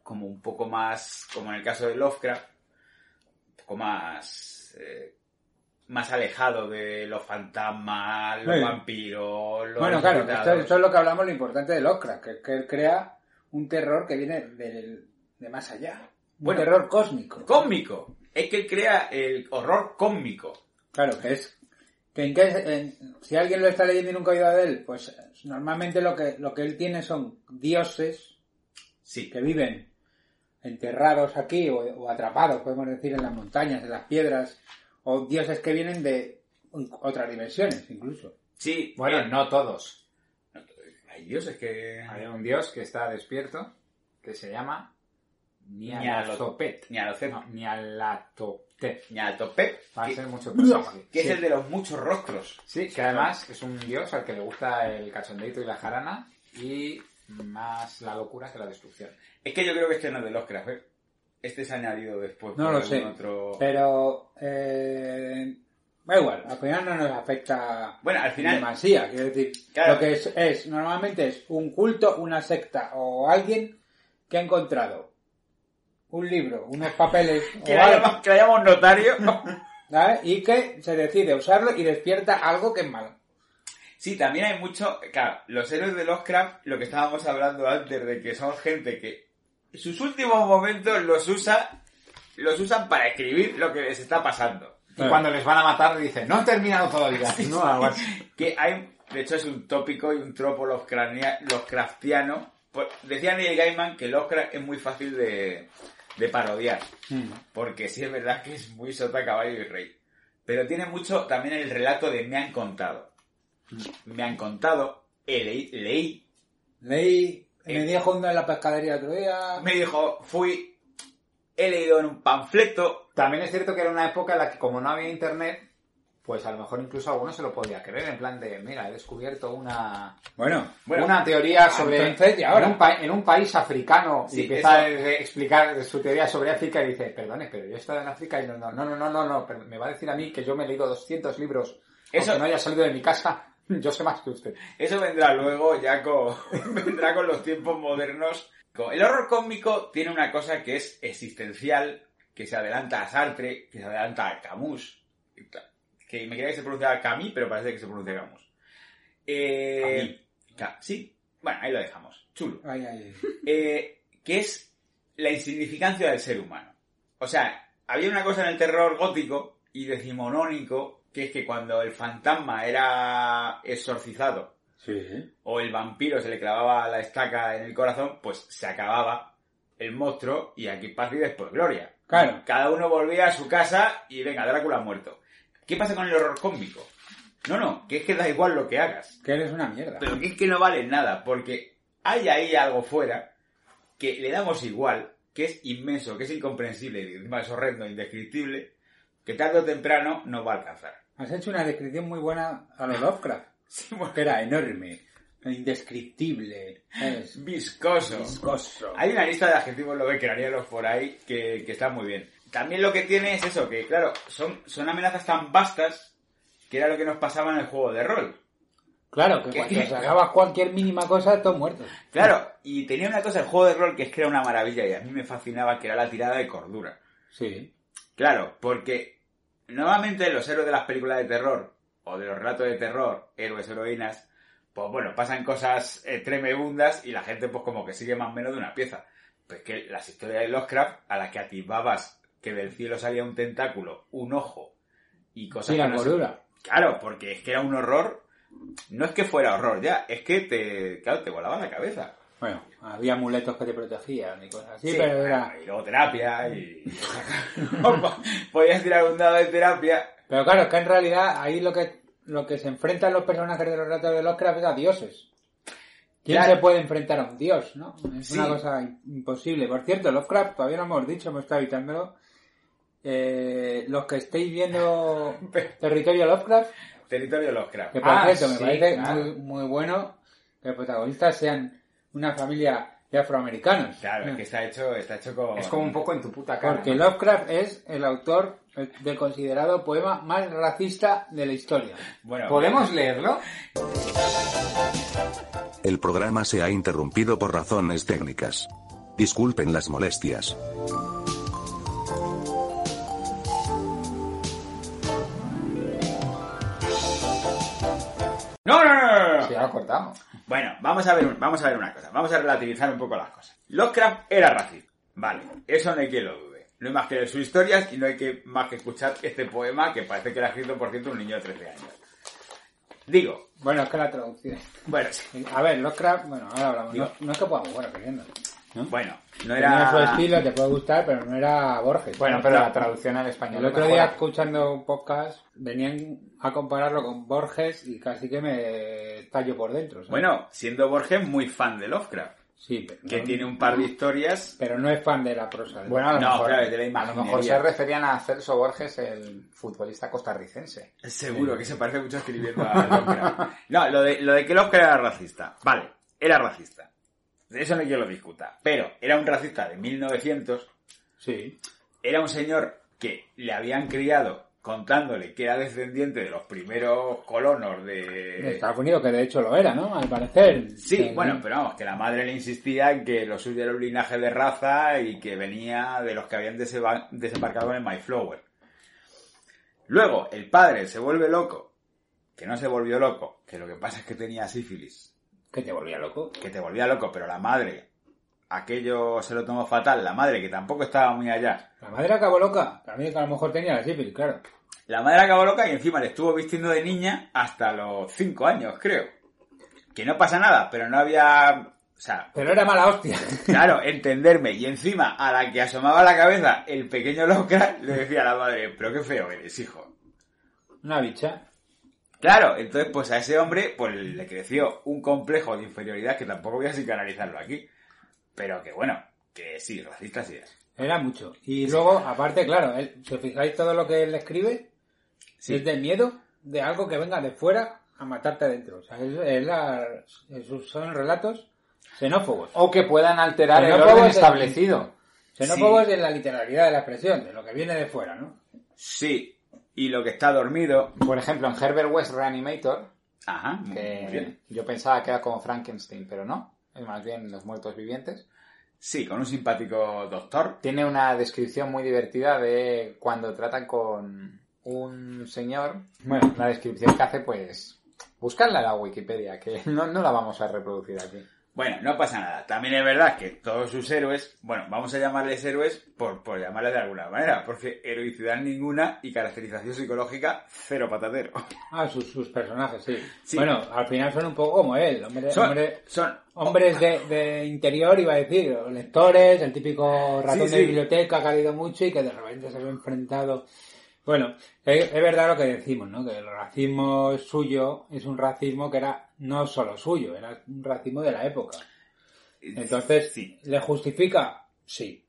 S2: como un poco más, como en el caso de Lovecraft, un poco más, eh, más alejado de los fantasmas, los
S3: Sí.
S2: vampiros, los
S3: Bueno, claro, esto,
S2: mutilados.
S3: esto es lo que hablamos, lo importante de Lovecraft, que, que él crea un terror que viene del, de más allá. Un
S2: Bueno.
S3: terror cósmico.
S2: cómico. Es que él crea el horror cósmico.
S3: Claro, que es... Que en qué- en- si alguien lo está leyendo y nunca ha oído de él, pues normalmente lo que, lo que él tiene son dioses
S2: Sí.
S3: que viven enterrados aquí o, o atrapados, podemos decir, en las montañas, en las piedras, o dioses que vienen de otras dimensiones incluso.
S2: Sí,
S1: Bueno, no todos.
S2: Ay, Dios, es que...
S1: Hay un dios que está despierto que se llama Nyarlathotep.
S2: Ni a los
S1: No, Nyarlathotep.
S2: Ni a tope.
S1: Va a
S2: Que,
S1: ser mucho tiempo así.
S2: que es
S1: Sí.
S2: el de los muchos rostros.
S1: Sí, que además es un dios al que le gusta el cachondeito y la jarana y más la locura que la destrucción.
S2: Es que yo creo que este no es de Lovecraft, ¿eh? Este es añadido después.
S3: No
S2: por
S3: lo
S2: algún
S3: sé.
S2: otro-
S3: Pero eh, da igual, al final no nos afecta
S2: Bueno, al final...
S3: demasía. Quiero decir,
S2: Claro.
S3: lo que es, es, normalmente es un culto, una secta o alguien que ha encontrado un libro, unos papeles
S2: Que
S3: o
S2: la
S3: algo,
S2: llamamos- que la llamamos notario.
S3: ¿sabes? y que se decide usarlo y despierta algo que es malo.
S2: sí, también hay mucho... Claro, los héroes de Lovecraft, lo que estábamos hablando antes, de que son gente que sus últimos momentos los usa... Los usan para escribir lo que les está pasando.
S1: Y cuando les van a matar dicen, no he terminado todavía. No, algo así.
S2: que hay, de hecho es un tópico y un tropo lovecrania- lovecraftiano. Por- Pues, Decía Neil Gaiman que Lovecraft es muy fácil de, de parodiar, porque sí es verdad que es muy sota, caballo y rey. Pero tiene mucho también el relato de me han contado. Me han contado, eh, leí, leí,
S3: Leí,
S2: Eh.
S3: me dijo uno en la pescadería el otro día.
S2: me dijo, fui, he leído en un panfleto,
S1: También es cierto que era una época en la que como no había internet, pues a lo mejor incluso alguno se lo podía creer, en plan de, mira, he descubierto una,
S3: Bueno,
S2: Bueno,
S1: una teoría sobre
S3: entonces, ¿y ahora?
S1: En, un pa- en un país africano y
S2: Sí,
S1: empieza
S2: eso.
S1: a de- explicar su teoría sobre África y dice, perdone, pero yo he estado en África y no, no, no, no, no, no, no, pero me va a decir a mí que yo me he leído 200 libros,
S2: Eso-
S1: aunque no haya salido de mi casa, yo sé más que usted.
S2: Eso vendrá luego, ya con, vendrá con los tiempos modernos. El horror cósmico tiene una cosa que es existencial, que se adelanta a Sartre, que se adelanta a Camus. Que me creía que se pronunciaba Camus, pero parece que se pronuncia Camus. Eh, Ca- sí, bueno, ahí lo dejamos. Chulo.
S3: ay, ay,
S2: Eh, que es la insignificancia del ser humano. O sea, había una cosa en el terror gótico y decimonónico, que es que cuando el fantasma era exorcizado
S3: sí.
S2: o el vampiro se le clavaba la estaca en el corazón, pues se acababa el monstruo y aquí paz y después gloria.
S3: Claro.
S2: Cada uno volvía a su casa y venga, Drácula ha muerto. ¿Qué pasa con el horror cósmico? No, no, que es que da igual lo que hagas.
S3: Que eres una mierda.
S2: Pero que es que no vale nada, porque hay ahí algo fuera que le damos igual, que es inmenso, que es incomprensible, y encima es horrendo, indescriptible, que tarde o temprano nos va a alcanzar.
S3: Has hecho una descripción muy buena a los Lovecraft.
S2: Sí, bueno,
S3: Que era enorme, indescriptible, ¿sabes?
S2: Viscoso.
S3: viscoso.
S2: Hay una lista de adjetivos los por ahí que, que está muy bien. También lo que tiene es eso, que claro, son, son amenazas tan vastas que era lo que nos pasaba en el juego de rol.
S3: Claro, que
S2: ¿Qué?
S3: cuando sacabas cualquier mínima cosa, todos muertos.
S2: Claro, y tenía una cosa el juego de rol que es que era una maravilla y a mí me fascinaba que era la tirada de cordura.
S3: Sí.
S2: Claro, porque normalmente los héroes de las películas de terror o de los relatos de terror, héroes, heroínas, pues bueno, pasan cosas eh, tremebundas y la gente pues como que sigue más o menos de una pieza. Pues que las historias de Lovecraft a las que atisbabas que del cielo salía un tentáculo, un ojo y cosas
S3: Sí, la
S2: que no se-
S3: gordura.
S2: Claro, porque es que era un horror. No es que fuera horror ya, es que te, claro, te volaba la cabeza.
S3: Bueno, había amuletos que te protegían y cosas así,
S2: Sí,
S3: pero era...
S2: Y luego terapia y... pues, Podías tirar un dado de terapia
S3: Pero claro, es que en realidad ahí lo que lo que se enfrentan los personajes de los relatos de Lovecraft es a dioses. ¿Quién
S2: Claro.
S3: se puede enfrentar a un dios, no? Es
S2: Sí.
S3: una cosa im- imposible. Por cierto, Lovecraft, todavía no hemos dicho, hemos estado evitándolo. Eh, los que estéis viendo Territorio Lovecraft,
S2: Territorio Lovecraft.
S3: que por
S1: Ah,
S3: cierto me
S1: sí,
S3: parece
S1: claro.
S3: muy, muy bueno que los protagonistas sean una familia de afroamericanos.
S2: Claro, es que está hecho, está hecho con...
S1: Es como un poco en tu puta cara.
S3: Porque
S1: ¿no?
S3: Lovecraft es el autor del considerado poema más racista de la historia.
S2: Bueno,
S1: ¿Podemos leerlo?
S5: El programa se ha interrumpido por razones técnicas. Disculpen las molestias.
S2: ¡No, no, no, no, no!
S1: Si ya lo cortamos.
S2: Bueno, vamos a, ver, un- vamos a ver una cosa. Vamos a relativizar un poco las cosas. Lovecraft era racista. Vale, eso no hay quien lo dude. No hay más que leer sus historias y no hay que, más que escuchar este poema que parece que lo ha escrito, por cierto, un niño de 13 años. Digo,
S3: Bueno, es que la traducción.
S2: bueno, sí,
S3: A ver, Lovecraft, bueno, ahora hablamos.
S2: Digo-
S3: No, no es que podamos, bueno, queriendo.
S2: bueno, no
S3: Tenía su
S2: era...
S3: estilo, te puede gustar, pero no era Borges.
S1: Bueno, pero la traducción al español.
S3: El otro
S1: mejora.
S3: día, escuchando un podcast, venían a compararlo con Borges y casi que me estallo por dentro. ¿sabes?
S2: Bueno, siendo Borges muy fan de Lovecraft,
S3: sí, pero,
S2: que
S3: no,
S2: tiene un par de historias
S3: pero no es fan de la prosa. de-
S1: Bueno, a lo,
S2: No,
S1: mejor,
S2: claro, es de la
S1: a lo
S2: imaginería.
S1: mejor se referían a Celso Borges, el futbolista costarricense.
S2: Seguro que se parece mucho escribiendo a Lovecraft. No, lo de, lo de que Lovecraft era racista. Vale, era racista. De eso no yo lo discuta. Pero era un racista de 1900.
S3: sí.
S2: Era un señor que le habían criado contándole que era descendiente de los primeros colonos
S3: De
S2: de...
S3: Estados Unidos, que de hecho lo era, ¿no? Al parecer.
S2: Sí,
S3: Que-
S2: bueno, pero vamos, que la madre le insistía en que lo suyo era un linaje de raza y que venía de los que habían deseba- desembarcado en el Mayflower. Luego, el padre se vuelve loco, que no se volvió loco, que lo que pasa es que tenía sífilis,
S3: Que te volvía loco.
S2: que te volvía loco, pero la madre, aquello se lo tomó fatal, la madre que tampoco estaba muy allá.
S3: La madre acabó loca. También que a lo mejor tenía la sífilis, claro.
S2: La madre acabó loca y encima le estuvo vistiendo de niña hasta los 5 años, creo. Que no pasa nada, pero no había... O sea,
S3: Pero era mala hostia.
S2: Claro, entenderme. Y encima, a la que asomaba la cabeza el pequeño Lovecraft, le decía a la madre, pero qué feo eres, hijo.
S3: Una bicha.
S2: Claro, entonces pues a ese hombre pues le creció un complejo de inferioridad que tampoco voy a psicanalizarlo aquí. Pero que bueno, que sí, racista sí es.
S3: Era mucho. Y luego, aparte, claro, él, si os fijáis todo lo que él escribe, es de miedo de algo que venga de fuera a matarte adentro. O sea, es, es la- es- son relatos xenófobos.
S1: O que puedan alterar
S3: Pero
S1: el
S3: no
S1: orden
S3: puedo-
S1: establecido.
S3: Xenófobos en la literalidad de la expresión, de lo que viene de fuera, ¿no?
S2: Sí, y lo que está dormido...
S1: Por ejemplo, en Herbert West Reanimator,
S2: Ajá, muy bien.
S1: que yo pensaba que era como Frankenstein, pero no. Es más bien los muertos vivientes.
S2: Sí, con un simpático doctor.
S1: Tiene una descripción muy divertida de cuando tratan con un señor. Bueno, la descripción que hace, pues. Buscarla en la Wikipedia, que no, no la vamos a reproducir aquí.
S2: Bueno, no pasa nada. También es verdad que todos sus héroes, bueno, vamos a llamarles héroes por, por llamarles de alguna manera, porque heroicidad ninguna y caracterización psicológica cero patatero.
S3: Ah, sus, sus personajes, sí.
S2: Sí.
S3: Bueno, al final son un poco como él. Hombre,
S2: Son,
S3: Eh, hombre-
S2: son
S3: hombres de, de interior, iba a decir, o lectores, el típico ratón
S2: Sí, sí.
S3: de biblioteca que ha leído mucho y que de repente se ve enfrentado. Bueno, es, es verdad lo que decimos, ¿no? Que el racismo suyo es un racismo que era no solo suyo, era un racismo de la época. Entonces,
S2: Sí.
S3: ¿le justifica? Sí.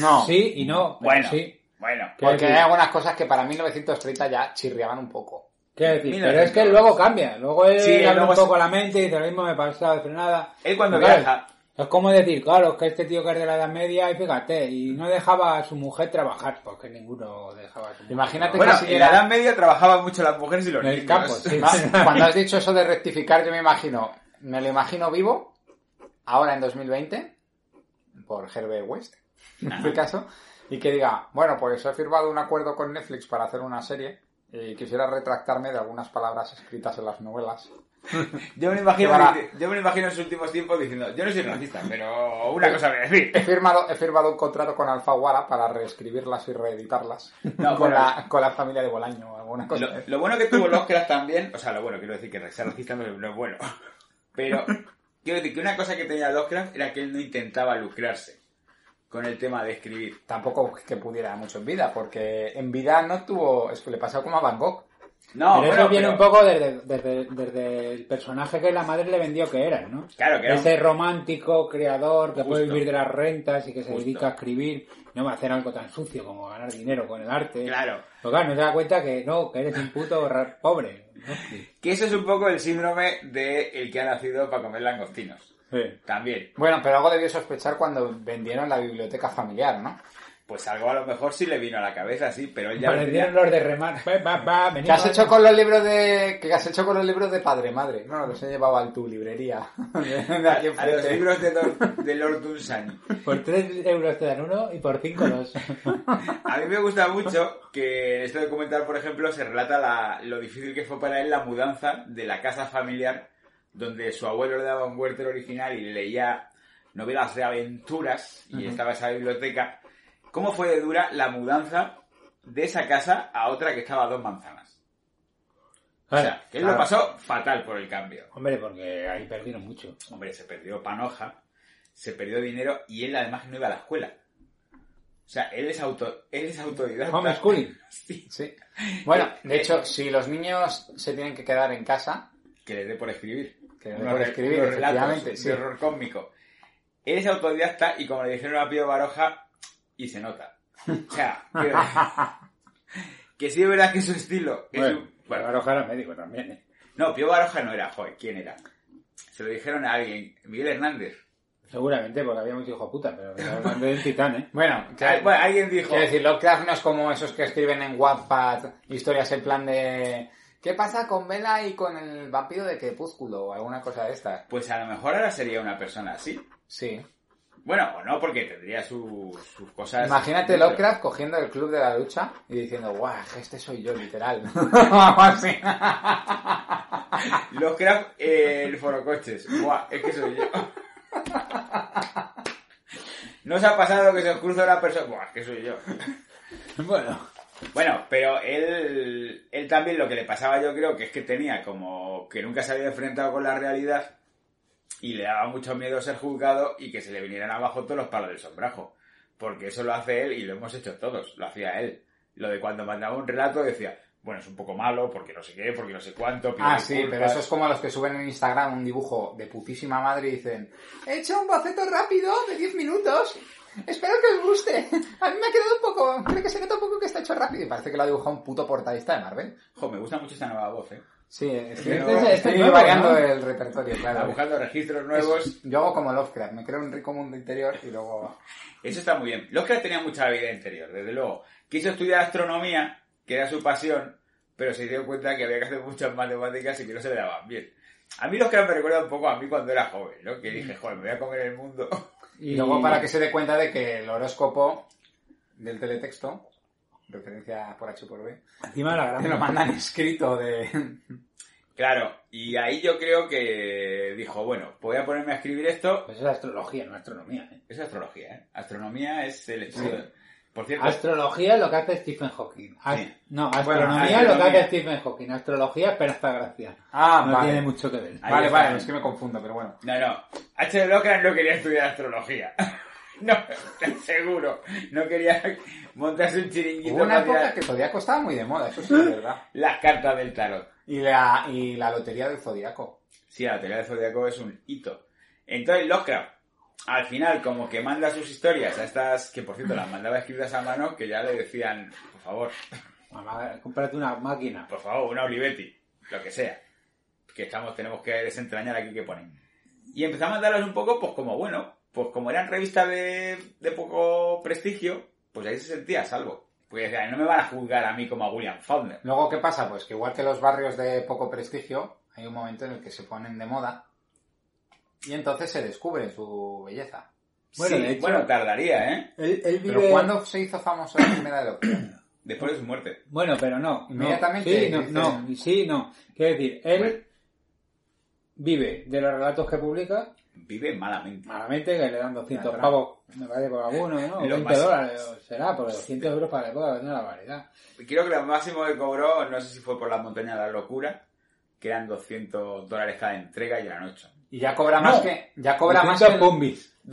S1: No.
S3: Sí y no, pero
S2: Bueno,
S3: sí.
S2: bueno.
S3: ¿Qué
S1: Porque hay
S3: decir?
S1: algunas cosas que para 1930 ya chirriaban un poco.
S3: Quiero decir,
S2: Eh, Mira,
S3: pero es que
S2: no.
S3: luego cambia, luego él
S2: Sí,
S3: abre
S2: luego
S3: un
S2: se-
S3: poco la mente y dice lo mismo me pasa de frenada.
S2: Él cuando
S3: Claro,
S2: viaja-
S3: Es como decir, claro, es que este tío que es de la Edad Media y fíjate, y no dejaba a su mujer trabajar, porque ninguno dejaba a su mujer.
S1: Imagínate
S2: Bueno,
S1: casi
S2: en la
S1: era-
S2: Edad Media trabajaban mucho las mujeres y los
S3: En el
S2: niños.
S3: campo, sí.
S1: Va, Cuando has dicho eso de rectificar, yo me imagino, me lo imagino vivo, ahora en 2020, por Herbert West, en este caso, y que diga, bueno, pues he firmado un acuerdo con Netflix para hacer una serie y quisiera retractarme de algunas palabras escritas en las novelas.
S2: Yo me, imagino,
S1: Que va.
S2: yo me imagino en sus últimos tiempos diciendo, yo no soy racista, pero
S3: Eh,
S2: una cosa voy a decir.
S1: He firmado, he firmado un contrato con Alfaguara para reescribirlas y reeditarlas
S2: No,
S1: con,
S2: pero-
S1: la, con la familia de Bolaño o alguna cosa.
S2: Lo, lo bueno que tuvo Lovecraft también, o sea, lo bueno, quiero decir que ser racista no, es- no es bueno, pero quiero decir que una cosa que tenía Lovecraft era que él no intentaba lucrarse con el tema de escribir.
S1: Tampoco que pudiera mucho en vida, porque en vida no tuvo... Es que le pasó como a Van Gogh.
S2: No,
S3: pero
S2: bueno,
S3: eso viene
S2: pero-
S3: un poco desde, desde, desde el personaje que la madre le vendió que era, ¿no?
S2: Claro, que era un-
S3: Ese romántico, creador, que puede
S2: Justo.
S3: vivir de las rentas y que se
S2: Justo.
S3: dedica a escribir, no va a hacer algo tan sucio como ganar dinero con el arte.
S2: Claro.
S3: Pero claro, no se da cuenta que no, que eres un puto ra- pobre. ¿no?
S2: que eso es un poco el síndrome de el que ha nacido para comer langostinos.
S3: Sí.
S2: También.
S1: Bueno, pero algo debió sospechar cuando vendieron la biblioteca familiar, ¿no?
S2: Pues algo a lo mejor sí le vino a la cabeza, sí, pero él ya... lo tenía-
S3: Parecieron los de remar. Va, va, va,
S1: ¿Qué has
S3: venimos.
S1: hecho con los libros de qué has hecho con los libros de padre madre? No, los he llevado a tu librería de, de
S2: A,
S1: aquí
S2: a los
S1: enfrente.
S2: libros de, Dor- de Lord Dunsany.
S3: Por 3 euros te dan uno y por 5 dos.
S2: A mí me gusta mucho que en este documental, por ejemplo, se relata la- lo difícil que fue para él la mudanza de la casa familiar donde su abuelo le daba un huerto original y le leía novelas de aventuras y estaba esa biblioteca. ¿Cómo fue de dura la mudanza de esa casa a otra que estaba a dos manzanas? O sea, que él lo
S1: claro.
S2: pasó fatal por el cambio.
S3: Hombre, porque ahí perdieron mucho.
S2: Hombre, se perdió panoja, se perdió dinero y él además no iba a la escuela. O sea, él es, auto, él es autodidacta.
S3: Homeschooling.
S2: Sí.
S1: Sí. Bueno,
S2: Eh,
S1: de hecho, si los niños se tienen que quedar en casa,
S2: que le dé por escribir.
S1: Que le dé
S2: Unos
S1: por
S2: re-
S1: escribir,
S2: unos relatos
S1: efectivamente,
S2: de
S1: sí.
S2: horror cósmico. Él es autodidacta y como le dijeron a Pío Baroja, y se nota. O sea, quiero decir, que sí es verdad que su estilo es
S3: Bueno,
S2: un-
S3: para
S2: bueno,
S3: alojar a médico también, ¿eh?
S2: no, Pío Baroja no era, joder, ¿quién era? Se lo dijeron a alguien, Miguel Hernández.
S3: Seguramente, porque había mucho hijo puta, pero hablando de titán, ¿eh?
S1: bueno,
S2: Al- Ah, bueno, alguien dijo,
S1: Quiero decir, Lovecraft no es como esos que escriben en Wattpad historias en plan de ¿qué pasa con Vela y con el vampiro de Crepúsculo o alguna cosa de estas?
S2: pues a lo mejor ahora sería una persona así.
S1: Sí.
S2: Bueno, o no, porque tendría su- sus cosas.
S1: Imagínate
S2: dentro.
S1: Lovecraft cogiendo el club de la lucha y diciendo, guau, este soy yo, literal. Algo así.
S2: Lovecraft, eh, el forocoches. Buah, es que soy yo. ¿No os ha pasado que se os cruza una persona? Buah, es que soy yo.
S3: Bueno,
S2: Bueno, pero él, él también lo que le pasaba yo creo que es que tenía como que nunca se había enfrentado con la realidad y le daba mucho miedo ser juzgado y que se le vinieran abajo todos los palos del sombrajo. Porque eso lo hace él y lo hemos hecho todos, lo hacía él. Lo de cuando mandaba un relato decía, bueno, es un poco malo porque no sé qué, porque no sé cuánto. pido
S1: Ah, sí, pero
S2: disculpas".
S1: eso es como los que suben en Instagram un dibujo de putísima madre y dicen, he hecho un boceto rápido de 10 minutos. Espero que os guste. A mí me ha quedado un poco, creo que se nota un poco que está hecho rápido. Y parece que lo ha dibujado un puto portadista de Marvel.
S2: Jo, me gusta mucho esta nueva voz, ¿eh?
S1: Sí, estoy,
S2: Este es-
S1: estoy
S3: este es nuevo,
S1: variando
S3: ¿no?
S1: el repertorio,
S2: Está
S1: claro.
S2: buscando registros nuevos.
S1: Yo hago como Lovecraft, me creo un rico mundo interior y luego...
S2: Eso está muy bien. Lovecraft tenía mucha vida interior, desde luego. Quiso estudiar astronomía, que era su pasión, pero se dio cuenta que había que hacer muchas matemáticas y que no se le daban bien. A mí Lovecraft me recuerda un poco a mí cuando era joven, ¿no? Que dije, joder, me voy a comer el mundo.
S1: Y luego para que se dé cuenta de que el horóscopo del teletexto, referencia por H por B,
S3: Encima la gran...
S1: te lo mandan escrito de...
S2: Claro, y ahí yo creo que dijo, bueno, voy a ponerme a escribir esto.
S3: Pues es astrología, no astronomía. ¿eh?
S2: Es astrología, ¿eh? Astronomía es el estudio. Por
S3: pues-
S2: cierto,
S3: Astrología es lo que hace Stephen Hawking. As-
S2: Sí.
S3: No,
S1: Bueno,
S3: astronomía es lo
S2: astronomía.
S3: que hace Stephen Hawking. Astrología es Esperanza Gracia.
S1: Ah,
S3: no
S1: vale.
S3: tiene mucho que ver.
S2: Ahí
S1: vale,
S2: está.
S1: vale, es que me confundo, pero bueno.
S2: No, no. H. de Locran no quería estudiar astrología. No, te seguro. No quería montarse un chiringuito
S1: Hubo una
S2: para
S1: época
S2: tirar
S1: que el Zodíaco estaba muy de moda, eso sí es verdad.
S2: las cartas del tarot.
S1: Y la, y la lotería del Zodíaco.
S2: Sí, la teoría del zodiaco es un hito. Entonces, Lovecraft, al final, como que manda sus historias a estas, que por cierto las mandaba escritas a mano, que ya le decían, por favor,
S3: Mamá, cómprate una máquina.
S2: por favor, una Olivetti, lo que sea. Que estamos, tenemos que desentrañar aquí que ponen. Y empezó a mandarlas un poco, pues como bueno, pues como eran revistas de, de poco prestigio, pues ahí se sentía a salvo. Pues decía, no me van a juzgar a mí como a William Faulkner.
S1: Luego, ¿qué pasa? Pues que igual que los barrios de poco prestigio, hay un momento en el que se ponen de moda y entonces se descubre su belleza.
S3: Bueno,
S2: Sí,
S3: de hecho-
S2: bueno, tardaría, ¿eh?
S3: Él, él vive...
S1: Pero ¿cuándo se hizo famosa la primera de Lovecraft?
S2: Después de su muerte.
S3: Bueno, pero no. no.
S1: Inmediatamente
S3: Sí, no,
S1: dice-
S3: no. y Sí, no. Quiero decir, él
S2: Bueno.
S3: vive de los relatos que publica,
S2: Vive malamente.
S3: malamente que le dan 200
S1: Claro.
S3: pavos, me parece por alguno, ¿no? O
S2: Lo
S3: 20
S2: más-
S3: dólares o será, porque 200 euros para la época era una barbaridad.
S2: Creo que lo máximo que cobró, no sé si fue por la montaña de la locura, que eran 200 dólares cada entrega y eran 8.
S1: Y ya cobra
S3: No.
S1: más que... Ya cobra más que...
S3: 200 combis.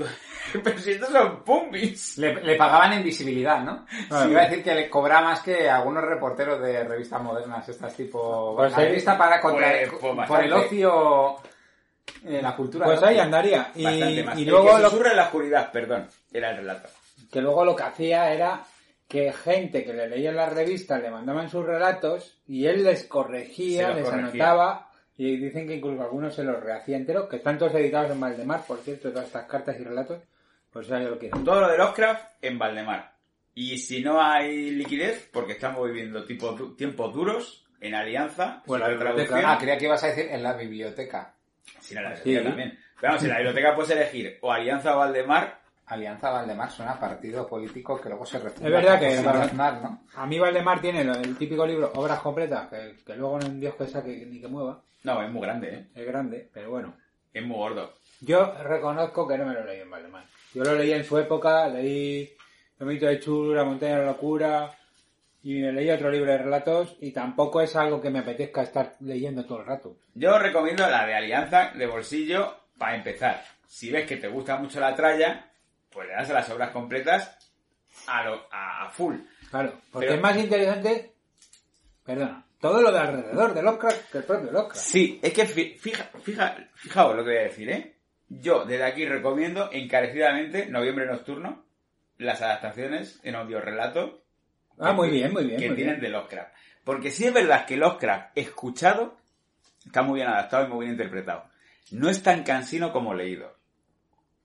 S2: Pero si estos son pumbis.
S1: Le, le pagaban en visibilidad, ¿no?
S3: Vale.
S1: Iba a decir que le cobraba más que algunos reporteros de revistas modernas, estas tipo...
S3: Pues
S1: la
S3: ahí-
S1: revista para contra,
S2: pues- pues
S1: por el
S2: bastante.
S1: ocio... eh, la cultura.
S3: Pues
S1: del
S3: ahí
S1: ocio.
S3: andaría. Y,
S2: Bastante más.
S3: y
S2: El
S3: luego
S2: que
S3: lo
S2: susurra en la oscuridad, perdón, era el relato.
S3: que luego lo que hacía era que gente que le leía en las revistas le mandaban sus relatos y él les
S2: Se
S3: corregía,
S2: los
S3: les
S2: corregía.
S3: anotaba y dicen que incluso algunos se los rehacía enteros, que están todos editados en Valdemar, por cierto, todas estas cartas y relatos, por si alguien lo quiere.
S2: Todo lo de Lovecraft en Valdemar. Y si no hay liquidez, porque estamos viviendo tipo du- tiempos duros, en Alianza,
S3: Pues la
S2: sin
S3: biblioteca.
S1: Ah, creía que ibas a decir en la biblioteca.
S2: si no la
S3: Sí.
S2: biblioteca también. Pero vamos, en la biblioteca puedes elegir o Alianza o Valdemar.
S1: Alianza Valdemar suena a partido político que luego se refunda.
S3: Es verdad que-
S1: con José Aznar, ¿no?
S3: A mí Valdemar tiene lo- el típico libro Obras completas, que, que luego no en Dios que saque ni que mueva,
S2: No, es muy grande, ¿eh?
S3: es grande, pero bueno.
S2: Es muy gordo.
S3: Yo reconozco que no me lo leí en Valdemar. Yo lo leí en su época, leí Los mitos de Chur, La montaña de la locura, y me leí otro libro de relatos, y tampoco es algo que me apetezca estar leyendo todo el rato.
S2: Yo os recomiendo la de Alianza de bolsillo para empezar. Si ves que te gusta mucho la tralla, pues le das a las obras completas a, lo, a, a full.
S3: Claro, porque
S2: Pero-
S3: es más interesante, perdona, todo lo de alrededor de Lovecraft que el propio Lovecraft.
S2: Sí, es que fi- fija, fija, fijaos lo que voy a decir, ¿eh? Yo desde aquí recomiendo encarecidamente Noviembre Nocturno, las adaptaciones en audio relato
S3: Ah, muy bien, muy bien.
S2: que
S3: muy
S2: tienen
S3: bien.
S2: de Lovecraft. Porque sí es verdad que Lovecraft escuchado está muy bien adaptado y muy bien interpretado. No es tan cansino como leído.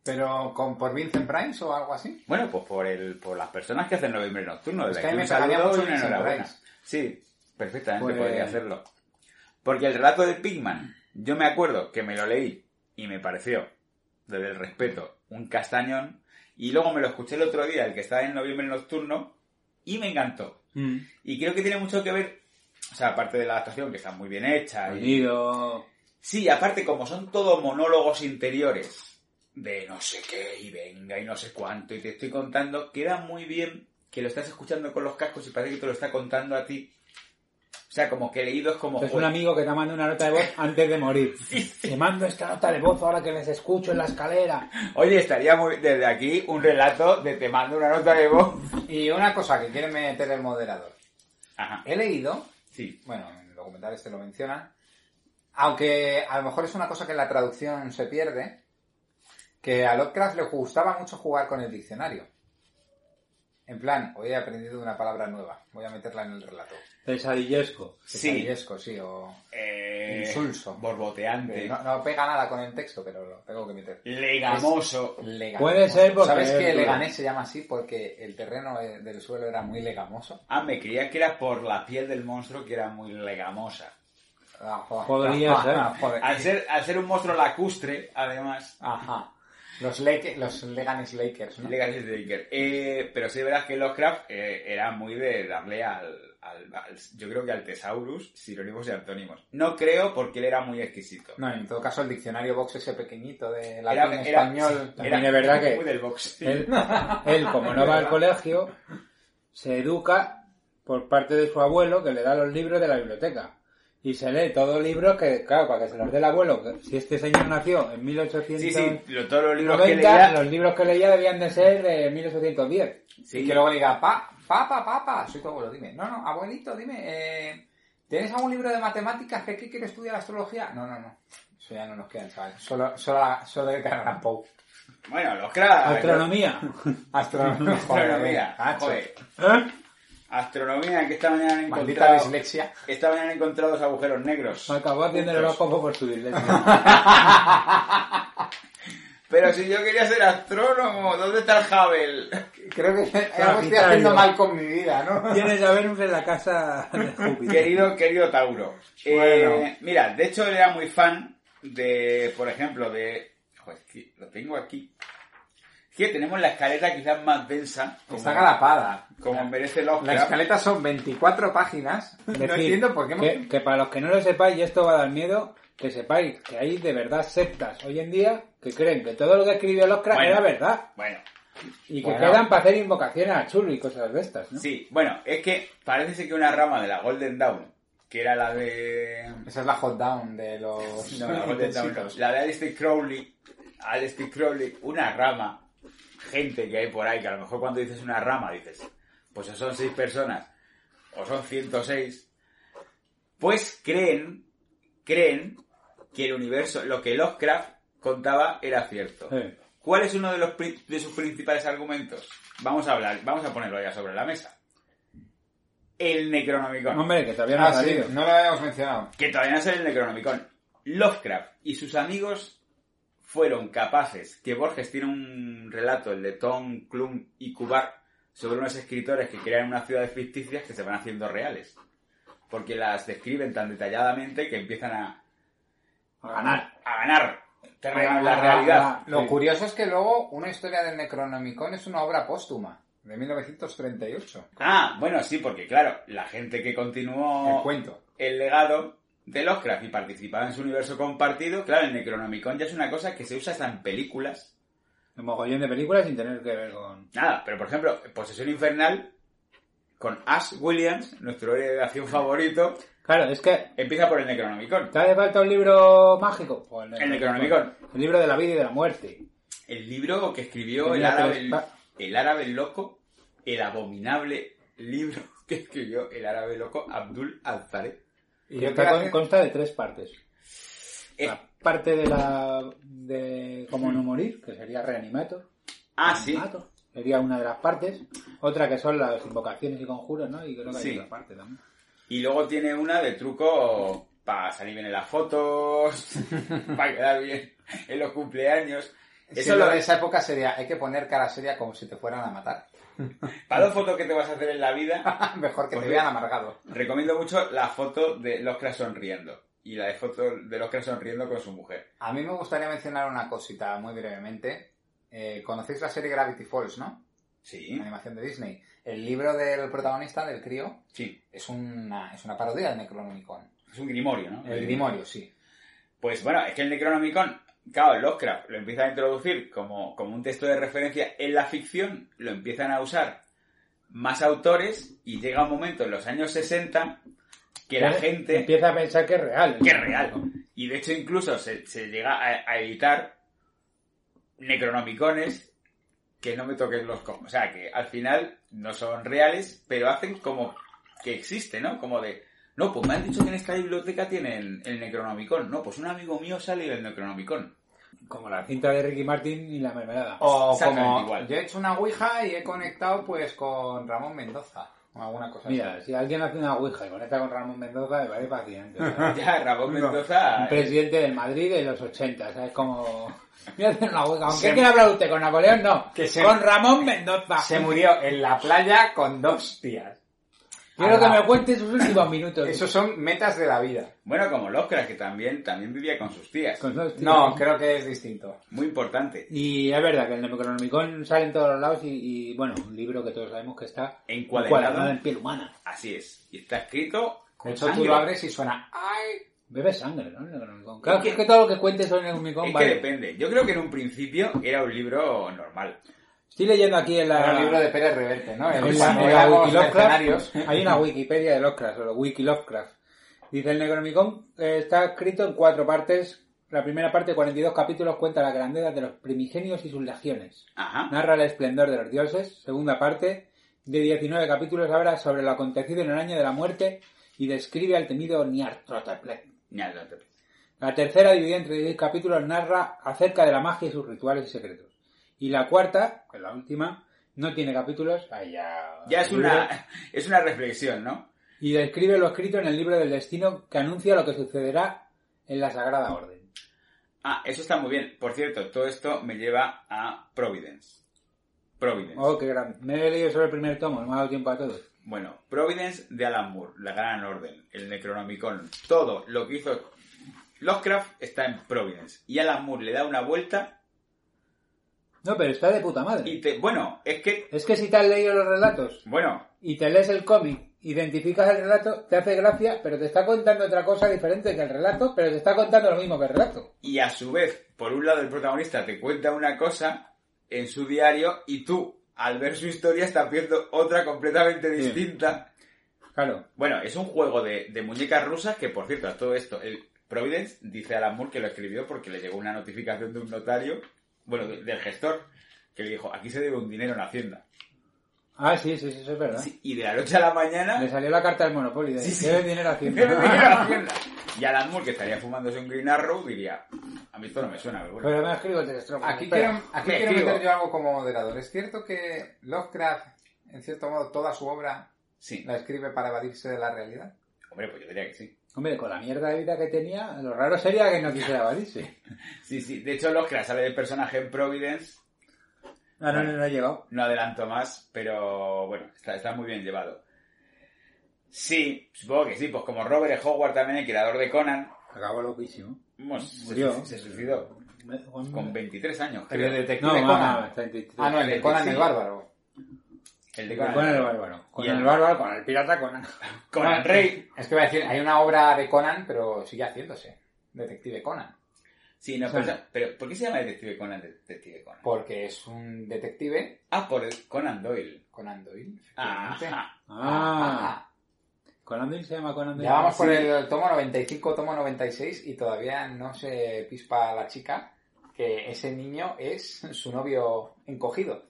S1: Pero con, por Vincent Price o algo así.
S2: Bueno, pues por el, por las personas que hacen noviembre nocturno.
S1: Es
S2: Desde
S1: que a
S2: aquí
S1: mí
S2: un
S1: me pagaría
S2: saludo y
S1: mucho
S2: una
S1: Vincent
S2: enhorabuena.
S1: Price.
S2: Sí, perfectamente
S3: Pues-
S2: podría hacerlo. Porque el relato de Pigman, yo me acuerdo que me lo leí y me pareció, desde el respeto, un castañón. Y luego me lo escuché el otro día, el que está en noviembre nocturno, y me encantó.
S3: Mm.
S2: Y creo que tiene mucho que ver, o sea, aparte de la adaptación que está muy bien hecha y
S3: Sonido.
S2: Sí, aparte, como son todos monólogos interiores de no sé qué y venga y no sé cuánto y te estoy contando, queda muy bien que lo estás escuchando con los cascos y parece que te lo está contando a ti. O sea, como que leído es como...
S3: Es un amigo que te manda una nota de voz antes de morir. Te mando esta nota de voz ahora que les escucho en la escalera.
S2: Oye, estaría muy... Desde aquí un relato de te mando una nota de voz.
S1: Y una cosa que quiere meter el moderador.
S2: Ajá.
S1: He leído,
S2: Sí.
S1: bueno, en el documental este lo mencionan, aunque a lo mejor es una cosa que en la traducción se pierde, que a Lovecraft le gustaba mucho jugar con el diccionario. En plan, hoy he aprendido una palabra nueva, voy a meterla en el relato.
S3: Pesadillesco.
S2: Sí.
S1: Pesadillesco, sí, o...
S2: Eh,
S1: Insulso.
S2: Borboteante.
S1: No, no pega nada con el texto, pero lo tengo que meter.
S2: Legamoso.
S1: Legamoso.
S3: Puede ser porque-
S1: ¿Sabes que Leganés se llama así porque el terreno eh, del suelo era muy legamoso?
S2: Ah, me creía que era por la piel del monstruo que era muy legamosa.
S1: Ah, joder.
S3: Podría
S1: Ah,
S3: ser.
S1: ah, joder.
S2: Al ser, al ser un monstruo lacustre, además,
S1: Ajá. Los, Lake- los Leganes Lakers, ¿no?
S2: Legacy de Iker. Eh, pero sí, verás que Lovecraft eh, era muy de darle al, al- al- Yo creo que al Thesaurus, sinónimos y antónimos. No creo porque él era muy exquisito.
S1: No, en todo caso el diccionario box ese pequeñito de
S2: Era-
S1: latín
S2: era-
S1: español.
S2: era
S3: También es verdad que-
S2: muy del box.
S3: Él, él, como no va al colegio, se educa por parte de su abuelo que le da los libros de la biblioteca. Y se lee todos los libros que, claro, para que se los dé el abuelo. que si este señor nació en 1890,
S2: Sí, sí, lo- todos los libros que leía...
S3: los libros que leía debían de ser de 1810.
S1: Y que luego le diga, pa, papá, papá, soy tu abuelo, dime. No, no, abuelito, dime, eh, ¿tienes algún libro de matemáticas que, que quiere estudiar astrología? No, no, no. Eso ya no nos queda, chaval. Solo, solo, la- solo el Carran Pou.
S2: Bueno, Lovecraft...
S3: Astronomía.
S1: Astronomía.
S2: Astronomía.
S1: Joder,
S2: Joder.
S3: ¿Eh?
S2: Astronomía, que esta mañana han
S1: Maldita
S2: encontrado...
S1: dislexia.
S2: Esta mañana han encontrado dos agujeros negros.
S3: Me acabó haciendo el
S2: Juntos.
S3: horóscopo por su dislexia.
S2: Pero si yo quería ser astrónomo, ¿dónde está el Hubble?
S1: Creo que algo estoy haciendo
S3: Sagitario.
S1: mal con mi vida, ¿no?
S3: Tienes a Venus en la casa de Júpiter.
S2: Querido, querido Tauro.
S1: Bueno.
S2: Eh, mira, de hecho él era muy fan de, por ejemplo, de... Joder, es que lo tengo aquí. Es que tenemos la escaleta quizás más densa, como,
S1: Está galapada.
S2: como merece
S1: La
S2: Lovecraft.
S1: escaleta son 24 páginas.
S3: Decir,
S1: no entiendo por qué hemos-
S3: que, que para los que no lo sepáis, y esto va a dar miedo, que sepáis que hay de verdad sectas hoy en día que creen que todo lo que escribió Lovecraft
S2: Bueno.
S3: era verdad.
S2: Bueno,
S3: Y que
S1: Bueno.
S3: quedan para hacer invocaciones a Churro y cosas de estas, ¿no?
S2: sí, bueno, es que parece ser que una rama de la Golden Dawn, que era la de...
S1: Esa es la hot down de los
S2: No, la Golden Dawn no.
S1: intensitos.
S2: La de Alistair Crowley. Alistair Crowley, una rama. Gente que hay por ahí, que a lo mejor cuando dices una rama dices, pues o son seis personas, o son 106. Pues creen, creen que el universo, lo que Lovecraft contaba era cierto.
S3: Sí.
S2: ¿Cuál es uno de, los, pri- de sus principales argumentos? Vamos a hablar, vamos a ponerlo ya sobre la mesa. El Necronomicon.
S3: Hombre, que todavía no ha
S1: Ah, sí,
S3: salido.
S1: no lo habíamos mencionado.
S2: que todavía no sale en el Necronomicon. Lovecraft y sus amigos fueron capaces, que Borges tiene un relato, el de Tom, Clum y Cubar, sobre unos escritores que crean unas ciudades ficticias que se van haciendo reales. Porque las describen tan detalladamente que empiezan a,
S3: A ganar.
S2: a ganar terreno en la
S3: Ah,
S2: realidad.
S1: Lo
S3: Sí.
S1: curioso es que luego una historia del Necronomicon es una obra póstuma de 1938.
S2: Ah, bueno, sí, porque claro, la gente que
S1: El
S3: Oh.
S2: continuó
S1: cuento.
S2: el legado de Lovecraft y participaba en su universo compartido, claro, el Necronomicon ya es una cosa que se usa hasta en películas
S3: Un mogollón de películas sin tener que ver con...
S2: Nada, pero por ejemplo, Posesión Infernal, con Ash Williams, nuestro héroe de acción favorito,
S3: Claro, es que...
S2: empieza por el Necronomicon.
S3: ¿Te hace falta un libro mágico? Pues
S2: El Necronomicon.
S3: El libro de la vida y de la muerte.
S2: El libro que escribió el
S3: Mira, pero
S2: árabe,
S3: está-
S2: el árabe loco, el abominable libro que escribió el árabe loco Abdul Azaré.
S1: Y yo
S3: Está
S1: creo
S3: con-
S1: que-
S3: consta de tres partes.
S2: Eh,
S3: La parte de la de cómo no morir, que sería reanimato.
S2: ah, sí.
S3: Reanimato, Sería una de las partes. Otra que son las invocaciones y conjuros, ¿no? Y creo que hay
S2: Sí.
S3: otra parte también.
S2: Y luego tiene una de truco para salir bien en las fotos, para quedar bien en los cumpleaños.
S1: si
S2: Eso
S1: lo
S2: lo
S1: de esa época sería, hay que poner cara seria como si te fueran a matar. Ah,
S2: Para dos fotos que te vas a hacer en la vida,
S1: Mejor que
S2: Pues
S1: te
S2: bien.
S1: vean amargado.
S2: Recomiendo mucho la foto de Loscra sonriendo. Y la de foto de Loscra sonriendo con su mujer.
S1: A mí me gustaría mencionar una cosita muy brevemente. Eh, ¿Conocéis la serie Gravity Falls, no?
S2: Sí.
S1: Animación de Disney. El libro del protagonista, del crío,
S2: Sí.
S1: es una, es una parodia del Necronomicon.
S2: Es un grimorio, ¿no?
S1: El Grimorio, sí.
S2: Pues bueno, es que el Necronomicon, claro, Lovecraft lo empieza a introducir como, como un texto de referencia en la ficción, lo empiezan a usar más autores y llega un momento en los años 60 que la
S3: Ya
S2: gente...
S3: ¿Eh? empieza a pensar que es real.
S2: que es real. Y de hecho incluso se, se llega a, a editar necronomicones que no me toquen los co- O sea, que al final no son reales, pero hacen como que existe, ¿no? Como de, no, pues me han dicho que en esta biblioteca tienen el necronomicon. No, pues un amigo mío sale el necronomicon.
S3: Como la cinta de Ricky Martin y la mermelada.
S1: O
S2: Exactamente
S1: como
S2: igual.
S1: yo he hecho una Ouija y he conectado pues con Ramón Mendoza o alguna cosa
S3: Mira, si alguien hace una ouija y conecta con Ramón Mendoza, me parece fascinante. o sea,
S2: Ya, Ramón Mendoza...
S3: Un presidente del Madrid de los 80, ¿sabes? Como... Mira, hacer una ouija. ¿Con
S1: Se-
S3: qué quiere hablar usted? ¿Con Napoleón? No.
S1: Que se-
S3: Con Ramón Mendoza.
S1: así. Se murió en la playa con dos tías.
S3: Quiero que
S1: Ala.
S3: me cuentes sus últimos minutos.
S1: Esos son metas de la vida.
S2: Bueno, como Lovecraft, que también, también vivía con sus tías.
S3: Con dos tíos.
S1: No, creo que es distinto.
S2: Muy importante.
S3: Y es verdad que el Necronomicon sale en todos los lados y, y, bueno, un libro que todos sabemos que está
S2: Encuadernado.
S3: en piel humana.
S2: Así es. Y está escrito
S1: De
S2: con
S1: hecho, tú
S2: sangre.
S1: lo abres y suena. ¡Ay!
S3: Bebe sangre, ¿no? El Necronomicon. Claro,
S2: Es
S3: es
S2: que-
S3: que, todo lo que cuentes sobre el Necronomicon
S2: Es
S3: vale.
S2: que depende. Yo creo que en un principio era un libro normal.
S3: Estoy leyendo aquí en la...
S1: Era el libro de Pérez Reverte, ¿no?
S3: en
S1: El
S3: la-
S1: cuando
S3: en la
S1: éramos
S3: Wiki Lovecraft.
S1: mercenarios.
S3: Hay una Wikipedia de Lovecraft, o Wiki Lovecraft. Dice, el Necronomicon eh, está escrito en cuatro partes. La primera parte, 42 capítulos, cuenta las grandezas de los primigenios y sus legiones.
S2: Ajá.
S3: Narra el esplendor de los dioses, segunda parte, de 19 capítulos habla sobre lo acontecido en el año de la muerte y describe al temido Nyarlathotep.
S2: Ni al dato.
S3: La tercera, dividida entre 10 capítulos, narra acerca de la magia y sus rituales y secretos. Y la cuarta, que es la última, no tiene capítulos, ahí ya...
S2: Ya es una, es una reflexión, ¿no?
S3: Y describe lo escrito en el libro del destino que anuncia lo que sucederá en la Sagrada Orden.
S2: Ah, eso está muy bien. Por cierto, todo esto me lleva a Providence. Providence.
S3: Oh, qué grande. Me he leído solo el primer tomo, no me ha dado tiempo a todos.
S2: Bueno, Providence de Alan Moore, La Gran Orden, el Necronomicon, todo lo que hizo Lovecraft está en Providence. Y Alan Moore le da una vuelta
S3: No, pero está de puta madre.
S2: y te... Bueno, es que...
S3: Es que si te has leído los relatos
S2: Bueno,
S3: y te lees el cómic, identificas el relato, te hace gracia, pero te está contando otra cosa diferente que el relato, pero te está contando lo mismo que el relato.
S2: y a su vez, por un lado el protagonista te cuenta una cosa en su diario y tú, al ver su historia, estás viendo otra completamente distinta.
S3: Claro.
S2: Bueno, es un juego de, de muñecas rusas que, por cierto, a todo esto, el Providence dice a Alan Moore que lo escribió porque le llegó una notificación de un notario, bueno, de- del gestor, que le dijo, aquí se debe un dinero en Hacienda.
S3: Ah, sí, sí, sí, eso es verdad.
S2: Sí, Y de la noche a la
S3: Le
S2: mañana,
S3: salió la carta del Monopoly de
S2: Sí, sí.
S3: debe dinero
S2: debe dinero
S3: haciendo.
S2: a Hacienda. Y Alan Moore, que estaría fumándose un Green Arrow, diría, a mí esto no me suena, pero bueno.
S3: pero me escribo tres estrofas.
S1: Aquí
S3: espera.
S1: quiero, aquí
S2: me
S1: quiero
S2: escribo.
S1: meter yo algo como moderador. Es cierto que Lovecraft, en cierto modo, toda su obra
S2: Sí,
S1: la escribe para evadirse de la realidad.
S2: hombre, pues yo diría que sí.
S3: Hombre, con la mierda de vida que tenía, lo raro sería que no quisiera evadirse.
S2: Sí, sí, de hecho Lovecraft sale de personaje en Providence,
S3: No, no, no, no he llegado.
S2: No adelanto más, pero bueno, está, está muy bien llevado. Sí, supongo que sí, pues como Robert E. Howard también, el creador de Conan,
S3: Acabó loquísimo.
S2: pues, se,
S3: Murió.
S2: se suicidó
S3: Me- Juan-
S2: con 23 años,
S1: El de
S2: creo.
S3: No,
S1: Detective
S3: no,
S1: Conan.
S3: no, 33.
S1: Ah, no, el de Conan
S2: Sí.
S1: el Bárbaro.
S2: El de
S3: Con
S2: Conan. Ah,
S3: el bárbaro. Con
S2: Y el-
S3: el bárbaro, con el pirata, con...
S2: Conan Rey.
S1: Es que voy a decir, hay una obra de Conan, pero sigue haciéndose. Detective Conan.
S2: Sí, no,
S3: Conan.
S2: pero, pero ¿por qué se llama Detective Conan Detective Conan?
S1: Porque es un detective,
S2: Ah, por el- Conan Doyle.
S1: Conan Doyle. efectivamente.
S2: Ajá.
S3: Ah, Conan Doyle se llama Conan Doyle.
S1: Ya vamos por
S3: Sí.
S1: el tomo 95, tomo 96 y todavía no se pispa la chica que ese niño es su novio encogido.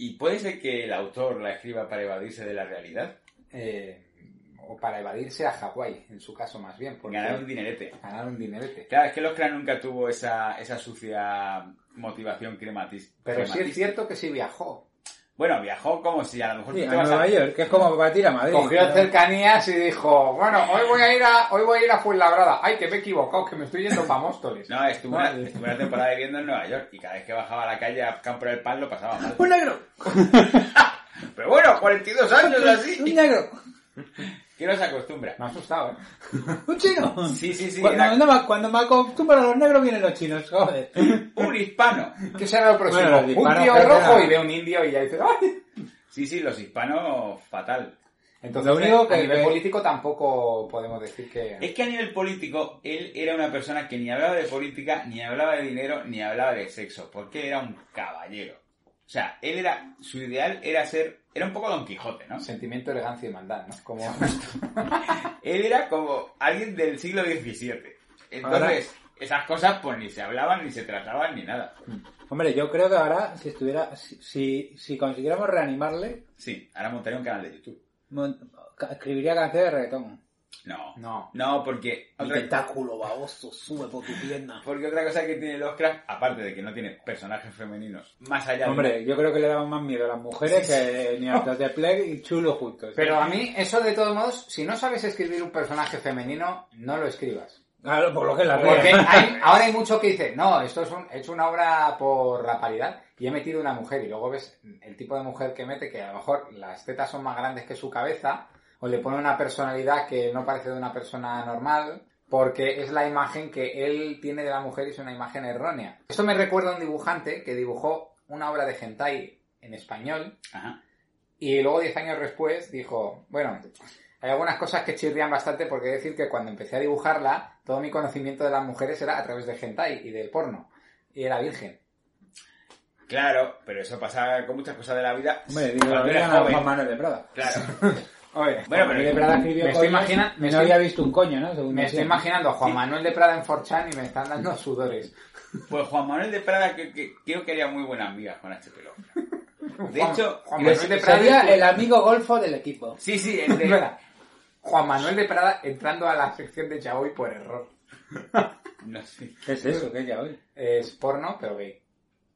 S2: ¿Y puede ser que el autor la escriba para evadirse de la realidad?
S1: Eh, o para evadirse a Hawái, en su caso más bien,
S2: Por
S1: porque
S2: ganar un dinerete.
S1: ganar un dinerete.
S2: Claro, es que Lovecraft nunca tuvo esa, esa sucia motivación crematis-
S1: Pero sí es
S2: crematista.
S1: cierto que sí viajó.
S2: Bueno, viajó como si a lo mejor
S3: Sí,
S2: tú
S3: a
S2: te vas
S3: Nueva
S2: a...
S3: York, que es como para tirar a Madrid.
S1: Cogió
S3: ¿no?
S1: cercanías y dijo, bueno, hoy voy a ir a, hoy voy a ir a Fuenlabrada. Ay, que me he equivocado, que me estoy yendo para Móstoles.
S2: No, estuve
S1: No,
S2: una,
S1: el-
S2: estuve una temporada viviendo en Nueva York y cada vez que bajaba a la calle a comprar el pan lo pasaba mal.
S3: ¡Un negro!
S2: Pero bueno, 42 años
S3: ¡Un
S2: así.
S3: negro!
S2: Que no se acostumbra.
S1: Me ha asustado, ¿eh?
S3: ¡Un chino!
S2: Sí, sí, sí.
S3: Cuando,
S2: era
S3: no me- cuando me acostumbro a los negros vienen los chinos, joder.
S2: un hispano.
S1: ¿Qué será lo próximo?
S3: Bueno, los
S1: un
S3: disparos
S1: tío
S3: que
S1: rojo
S3: eran-
S1: y ve un indio y ya dice, ¡ay!
S2: Sí, sí, los hispanos fatal.
S1: Entonces,
S3: Lo único
S1: a
S3: que-
S1: nivel
S3: que-
S1: político tampoco podemos decir que...
S2: Es que a nivel político, él era una persona que ni hablaba de política, ni hablaba de dinero, ni hablaba de sexo, porque era un caballero. O sea, él era, su ideal era ser, era un poco Don Quijote, ¿no?
S1: Sentimiento, elegancia y maldad, ¿no? Como...
S2: Él era como alguien del siglo XVII. Entonces, esas cosas pues ni se hablaban, ni se trataban, ni nada.
S3: Hombre, yo creo que ahora, si estuviera, si, si, si consiguiéramos reanimarle,
S2: Sí, ahora montaré un canal de YouTube.
S3: mon- ca- escribiría canciones de reggaetón.
S2: No.
S1: No.
S2: No, porque otra,
S3: tentáculo baboso sube por tu pierna.
S2: porque otra cosa que tiene Lovecraft, aparte de que no tiene personajes femeninos, más allá de...
S3: Hombre, yo creo que le daban más miedo a las mujeres que ni a los de Plague y chulo juntos. ¿eh?
S1: Pero a mí, eso de todos modos, si no sabes escribir un personaje femenino, no lo escribas.
S3: Claro, por lo que es la
S1: Porque
S3: pena.
S1: hay- ahora hay mucho que dice, no, esto es un, he hecho una obra por la paridad y he metido una mujer. Y luego ves el tipo de mujer que mete, que a lo mejor las tetas son más grandes que su cabeza, o le pone una personalidad que no parece de una persona normal, porque es la imagen que él tiene de la mujer y es una imagen errónea. Esto me recuerda a un dibujante que dibujó una obra de hentai en español
S2: Ajá.
S1: y luego 10 años después dijo, bueno, hay algunas cosas que chirrían bastante porque he de decir que cuando empecé a dibujarla, todo mi conocimiento de las mujeres era a través de hentai y del porno. Y era virgen.
S2: Claro, pero eso pasa con muchas cosas de la vida.
S3: Hombre, digo,
S2: cuando eres
S3: digan a
S2: joven.
S3: Juan Manuel de Prada.
S2: Claro.
S1: Oye,
S2: Bueno,
S3: Manuel
S2: pero
S3: de Prada escribió
S1: me estoy
S3: coños
S1: imagina-
S3: y
S1: me
S3: no
S1: estoy-
S3: había visto un coño, ¿no? Según
S1: me estoy
S3: decía.
S1: imaginando a Juan Manuel de Prada en 4chan y me están dando sudores.
S2: Pues Juan Manuel de Prada que, que- creo que haría muy buenas amigas con H.P. Lovecraft. De
S1: Juan-
S2: hecho,
S1: Juan
S2: creo-
S1: Manuel de Prada
S3: Pues Sería el amigo golfo del equipo.
S2: sí, sí, el de-
S1: Espera. Juan Manuel de Prada entrando a la sección de Yaoi por error.
S2: no sé.
S3: ¿Qué es eso? ¿Qué es ya hoy?
S1: Es porno, pero gay.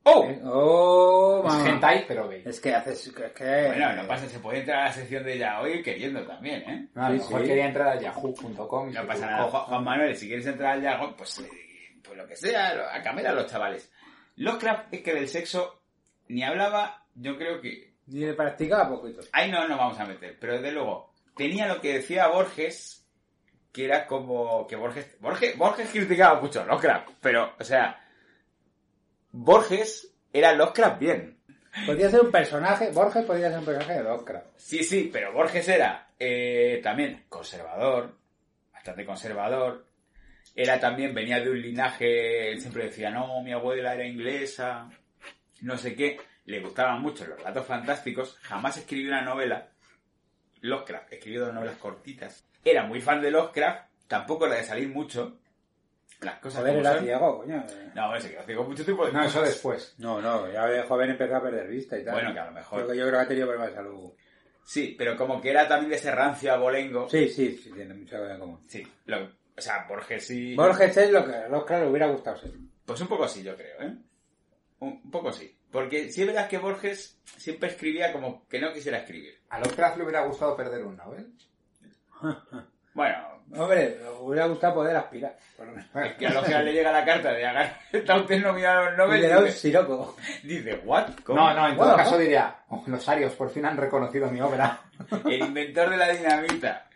S2: ¡Oh!
S3: Eh, Oh,
S1: Es
S3: mamá.
S1: hentai, pero gay.
S3: Es que haces... Es que...
S2: Bueno, no pasa, se puede entrar a la sección de ya hoy queriendo también, ¿eh?
S1: No, a lo
S3: Sí,
S1: mejor
S3: sí.
S1: quería entrar a yahoo.com y se
S2: No pasa nada.
S1: buscó.
S2: Juan, Juan Manuel, si quieres entrar al Yahoo, pues, eh, pues lo que sea, lo- a camela a los chavales. Lovecraft es que del sexo ni hablaba, yo creo que...
S3: Ni le practicaba poquito.
S2: Ahí no nos vamos a meter, pero desde luego, tenía lo que decía Borges, que era como que Borges... Borges, Borges criticaba mucho a Lovecraft, pero, o sea, Borges era Lovecraft bien.
S3: Podría ser un personaje... Borges podría ser un personaje de Lovecraft.
S2: Sí, sí, pero Borges era eh, también conservador, bastante conservador. Era también, venía de un linaje, él siempre decía, no, mi abuela era inglesa, no sé qué. Le gustaban mucho los relatos fantásticos, jamás escribió una novela. Lovecraft, escribió dos novelas cortitas. Era muy fan de Lovecraft, tampoco era de salir mucho. Las cosas
S3: Joder,
S2: como
S3: era
S2: son.
S3: ciego, coño.
S2: No, bueno, se quedó ciego mucho tiempo.
S1: No, eso después.
S3: No, no, ya de joven empezó a perder vista y tal.
S2: Bueno, que a lo mejor-
S3: Creo que yo creo que ha tenido problemas de salud.
S2: Sí, pero como que era también de ese rancio abolengo.
S3: Sí, sí, sí, tiene mucho que ver con...
S2: Sí, lo- o sea, Borges sí...
S3: Borges es lo que a Lovecraft le hubiera gustado ser.
S2: Pues un poco sí, yo creo, ¿eh? Un, un poco sí. Porque sí es verdad que Borges siempre escribía como que no quisiera escribir.
S1: A Lovecraft le hubiera gustado perder un Nobel.
S2: Bueno,
S3: Hombre, le hubiera gustado poder aspirar. Por lo menos.
S2: es que a los que le llega la carta de agarrar está usted nominado al
S3: Y
S2: Nobel,
S3: le da un
S2: dice,
S3: siroco.
S2: dice, ¿what? ¿Cómo?
S1: No, no, en todo
S3: Bueno,
S1: caso
S3: ¿no?
S1: diría, "Oh, los arios por fin han reconocido mi obra.
S2: El inventor de la dinamita.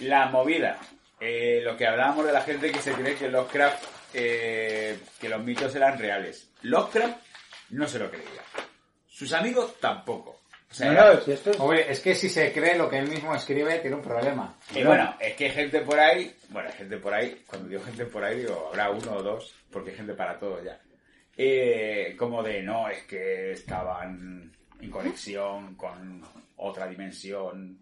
S2: La movida. Eh, lo que hablábamos de la gente que se cree que Lovecraft, eh, que los mitos eran reales. Lovecraft no se lo creía. Sus amigos tampoco. O sea,
S3: No,
S2: era-
S3: no, si esto es...
S1: Hombre, es que si se cree lo que él mismo escribe, tiene un problema.
S2: Y bueno, es que hay gente por ahí, bueno, hay gente por ahí, cuando digo gente por ahí digo, habrá uno o dos, porque hay gente para todo ya. Eh, como de, no, es que estaban en conexión con otra dimensión,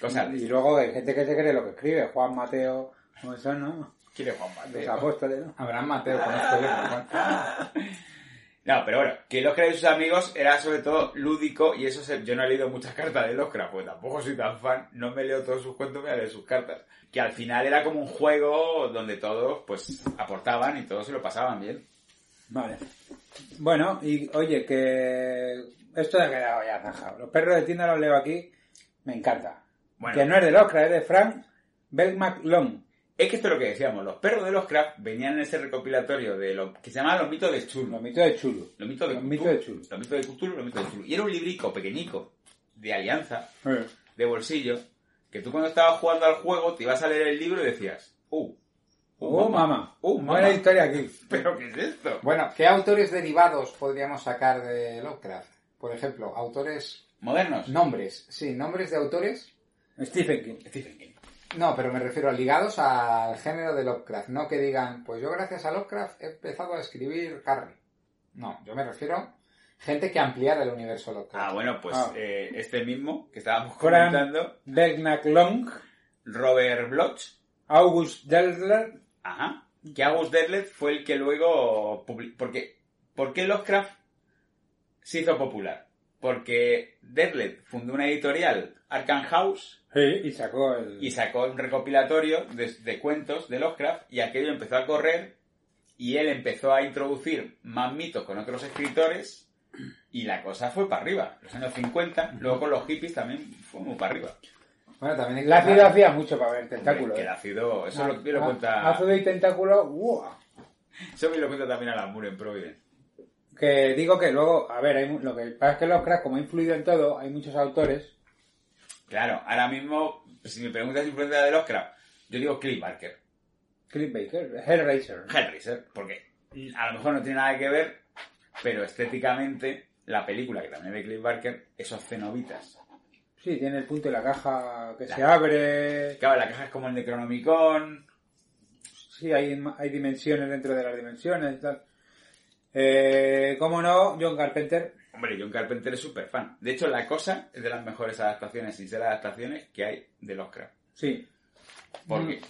S2: cosas de
S3: Y luego hay gente que se cree lo que escribe, Juan Mateo, o eso, ¿no?
S2: ¿Quién es Juan Mateo?
S3: Los apóstoles, ¿no?
S1: Abraham Mateo, conozco yo. pero bueno.
S2: No, pero bueno, que Lovecraft y sus amigos era sobre todo lúdico y eso se- yo no he leído muchas cartas de Lovecraft, pues tampoco soy tan fan, no me leo todos sus cuentos, me leo sus cartas. Que al final era como un juego donde todos pues aportaban y todos se lo pasaban bien.
S3: Vale. Bueno, y oye, que esto ha quedado ya zanjado. Los perros de tienda los leo aquí, me encanta.
S2: Bueno.
S3: Que no es de Lovecraft, es de Frank Belmac-Long.
S2: Es que esto es lo que decíamos, los perros de Lovecraft venían en ese recopilatorio de lo que se llamaba Los mitos de Chul.
S3: Los mitos de Chulu.
S2: Los mitos de
S3: Los
S2: Cthulhu.
S3: mitos de Chulu.
S2: Los mitos de Cthulhu, los mitos de Chul. Y era un librico pequeñico, de alianza, de bolsillo, que tú cuando estabas jugando al juego te ibas a leer el libro y decías, uh,
S3: Oh, mamá.
S2: uh,
S3: Buena
S2: mamá,
S3: historia aquí.
S2: pero ¿qué es esto?
S1: Bueno, ¿qué autores derivados podríamos sacar de Lovecraft? Por ejemplo, autores...
S2: Modernos.
S1: Nombres, sí, nombres de autores
S3: Stephen King.
S2: Stephen King.
S1: No, pero me refiero a ligados al género de Lovecraft, no que digan, pues yo gracias a Lovecraft he empezado a escribir Carrie. No, yo me refiero gente que ampliara el universo Lovecraft.
S2: Ah, bueno, pues
S3: Ah.
S2: eh, este mismo que estábamos
S3: Fran-
S2: comentando,
S3: Belmac-Long.
S2: Robert Bloch,
S3: August Derler.
S2: Ajá. Que August Derleth fue el que luego publicó. Porque, ¿Por qué Lovecraft se hizo popular? Porque Derleth fundó una editorial, Arkham House,
S3: Y sacó el...
S2: y sacó un recopilatorio de, de cuentos de Lovecraft, y aquello empezó a correr, y él empezó a introducir más mitos con otros escritores, y la cosa fue para arriba. Los años 50, luego con los hippies también fue muy para arriba.
S1: Bueno, también hay que
S3: La
S1: hablar-
S3: ciudad hacía mucho para ver tentáculos.
S2: Que el
S3: ¿eh?
S2: ácido, eso lo, lo
S3: Ah,
S2: cuenta,
S3: ácido y tentáculos, ¡guau!
S2: eso me lo cuenta también Alan Moore en Providence.
S3: Que digo que luego, a ver, hay, mu- lo que pasa es que Lovecraft, como ha influido en todo, hay muchos autores
S2: Claro, ahora mismo, si me preguntas influencia de Lovecraft, yo digo Cliff Barker,
S3: Cliff Baker, Hellraiser.
S2: Hellraiser, porque a lo mejor no tiene nada que ver, pero estéticamente la película, que también es de Cliff Barker, esos cenobitas.
S3: Sí, tiene el punto de la caja que
S2: La-
S3: se abre.
S2: Claro, la caja es como el Necronomicon,
S3: Sí, hay, hay dimensiones dentro de las dimensiones y tal. Eh, ¿Cómo no? John Carpenter.
S2: Hombre, John Carpenter es súper fan. De hecho, La Cosa es de las mejores adaptaciones, sinceras adaptaciones que hay de Lovecraft.
S3: Sí.
S2: Porque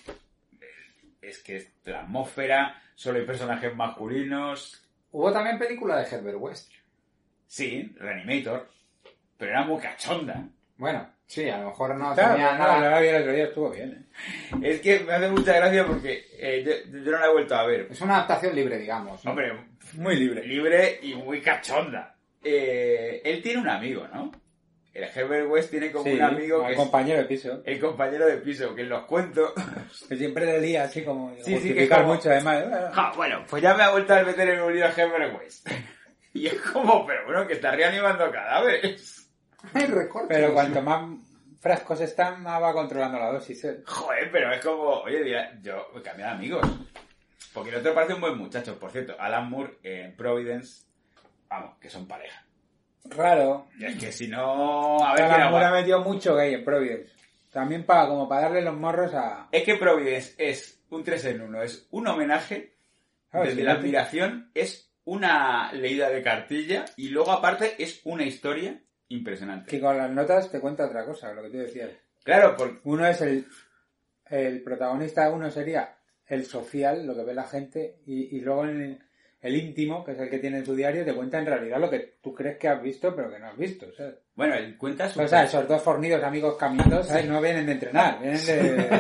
S2: es que es la atmósfera, solo hay personajes masculinos.
S1: Hubo también película de Herbert West.
S2: Sí, Reanimator, pero era muy cachonda.
S1: Bueno, sí, a lo mejor no
S3: Claro,
S1: tenía
S3: no,
S1: nada.
S3: la vi el otro día, estuvo bien. ¿eh?
S2: Es que me hace mucha gracia porque eh, yo, yo no la he vuelto a ver.
S1: Es una adaptación libre, digamos. ¿no?
S2: Hombre,
S3: Muy libre.
S2: libre y muy cachonda. Eh, él tiene un amigo, ¿no? El Herbert West tiene como
S3: Sí,
S2: un amigo que es
S3: compañero de piso.
S2: el compañero de piso, que en los cuentos
S3: Que siempre le lía así como
S2: sí, que
S3: justificar
S2: como-
S3: mucho además. ¿eh?
S2: Ah, bueno, pues ya me ha vuelto a meter en un lío Herbert West. Y es como, pero bueno, que está reanimando cadáveres.
S1: Hay recortes.
S3: Pero cuanto más frascos están, más va controlando la dosis. ¿eh?
S2: Joder, pero es como, oye, dirá, yo voy a cambiar de amigos. Porque el otro parece un buen muchacho. Por cierto, Alan Moore en Providence, vamos, que son pareja.
S3: Raro.
S2: Y es que si no, a ver quién
S3: La Mura
S2: aguanta.
S3: metió mucho gay en Providence. También para, como para darle los morros a...
S2: Es que Providence es un 3 en 1, es un homenaje,
S3: Ah,
S2: desde
S3: sí,
S2: la
S3: sí.
S2: admiración, es una leída de cartilla y luego aparte es una historia impresionante.
S3: Que con las notas te cuenta otra cosa, lo que tú decías.
S2: Claro, porque...
S3: Uno es el, el protagonista, uno sería el social, lo que ve la gente, y, y luego el, el íntimo, que es el que tiene en su diario, te cuenta en realidad lo que tú crees que has visto, pero que no has visto. ¿sabes?
S2: Bueno, él cuenta su...
S3: Pues, O sea, esos dos fornidos amigos caminados, ¿sabes? No vienen de entrenar, vienen de,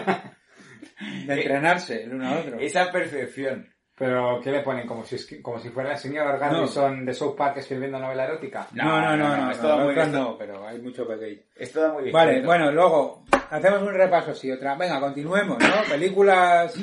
S3: de entrenarse el uno al otro.
S2: Esa perfección.
S1: Pero, ¿qué le ponen? Como si, es- como si fuera el señor Garrison de South Park escribiendo novela erótica.
S2: No,
S3: No, no, no, no,
S2: es todo
S3: no,
S2: muy-
S3: otros no, pero hay mucho pequeño.
S2: Es todo muy distinto.
S3: Vale, bueno, luego hacemos un repaso, sí, otra. Venga, continuemos, ¿no? Películas que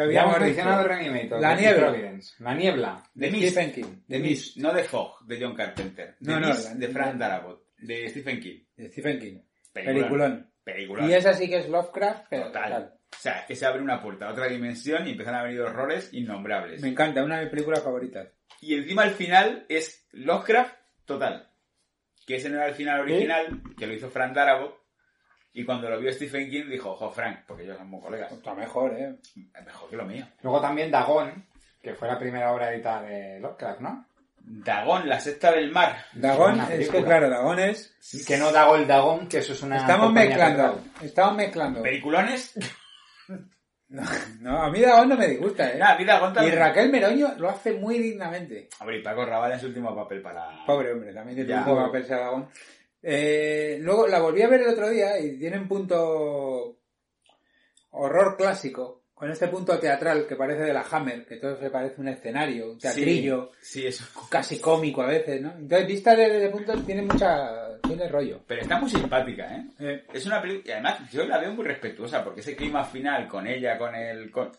S1: Ya
S3: habíamos
S1: hemos mencionado
S3: dicho.
S1: Reanimator.
S3: La
S1: de
S3: niebla.
S1: Providence. La niebla.
S2: De
S3: de
S2: Mist.
S3: Stephen King.
S2: De Mist, no de Fogg, de John Carpenter. De
S3: No, no,
S2: Mist,
S3: la-
S2: de Frank Darabont. De Stephen King.
S3: De Stephen King.
S2: Peliculón.
S3: Peliculón.
S2: Peliculón.
S3: Y esa sí que es Lovecraft, pero
S2: Total.
S3: total.
S2: O sea, es que se abre una puerta a otra dimensión y empiezan a venir horrores innombrables.
S3: Me encanta, una de mis películas favoritas.
S2: Y encima al final es Lovecraft total. Que ese no era el final
S3: ¿Eh?
S2: original, que lo hizo Frank Darabont. Y cuando lo vio Stephen King dijo, ojo Frank, porque ellos somos colegas.
S3: Está mejor, ¿eh?
S2: Mejor que lo mío.
S1: Luego también Dagón, que fue la primera obra editada de Lovecraft, ¿no?
S2: Dagón, la secta del mar.
S3: Dagón,
S1: Buena
S3: es que
S1: película.
S3: claro, Dagón es...
S1: Que no Dagol Dagón, que eso es una...
S3: Estamos
S1: compañía
S3: mezclando,
S1: teatral.
S3: estamos mezclando.
S2: Peliculones.
S3: No, a mí Dagón no me disgusta, ¿eh?
S2: Nada, mira, Dagón
S3: Y
S2: también.
S3: Raquel Meroño lo hace muy dignamente.
S2: Hombre, y Paco Raval en su último papel para...
S3: Pobre hombre, también tiene
S2: Ya.
S3: un poco de papel Dagón. Eh, luego la volví a ver el otro día y tiene un punto horror clásico, con este punto teatral que parece de la Hammer, que todo se parece un escenario, un teatrillo.
S2: Sí, sí, eso.
S3: casi cómico a veces, ¿no? Entonces, vista desde ese punto, tiene mucha... tiene rollo.
S2: Pero está muy simpática, ¿eh?
S3: Eh,
S2: Es una película... Y además, yo la veo muy respetuosa, porque ese clima final con ella, con el... con- O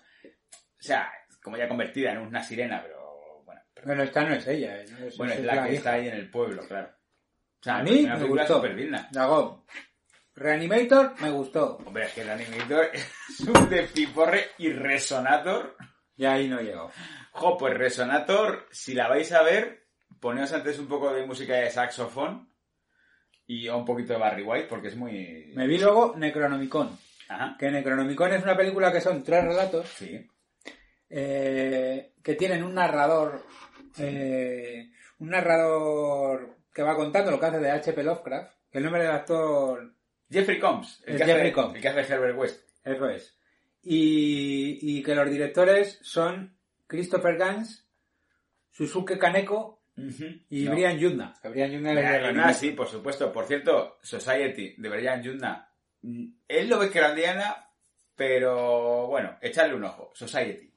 S2: sea, como ya convertida en una sirena, pero... Bueno, pero-
S3: bueno, esta no es ella. ¿eh? No es,
S2: bueno es,
S3: es
S2: la, que
S3: vieja.
S2: está ahí en el pueblo, claro. O sea,
S3: A
S2: es
S3: mí
S2: una
S3: me
S2: película
S3: gustó.
S2: súper digna.
S3: Dagón. Reanimator me gustó.
S2: Hombre, es que el animador es un despiporre y Resonator...
S3: Y ahí no llegó.
S2: Jo, pues Resonator, si la vais a ver, poneos antes un poco de música de saxofón y un poquito de Barry White, porque es muy...
S3: Me vi luego Necronomicon.
S2: Ajá.
S3: Que Necronomicon es una película que son tres relatos
S2: Sí.
S3: eh, que tienen un narrador... eh, un narrador que va contando lo que hace de H.P. Lovecraft. que El nombre del actor
S2: Jeffrey Combs.
S3: Es
S2: que hace-
S3: Jeffrey Combs.
S2: El que hace Herbert West.
S3: Eso es. Y, y que los directores son Christopher Gans, Susuke Kaneko y
S2: No.
S3: Brian Yudna. Que Brian Yudna es el de
S2: Brian Yuna,
S3: Reanimator.
S2: sí, por supuesto. Por cierto, Society de Brian Yuna. mm, Él lo ve que era Diana, pero bueno, echarle un ojo. Society.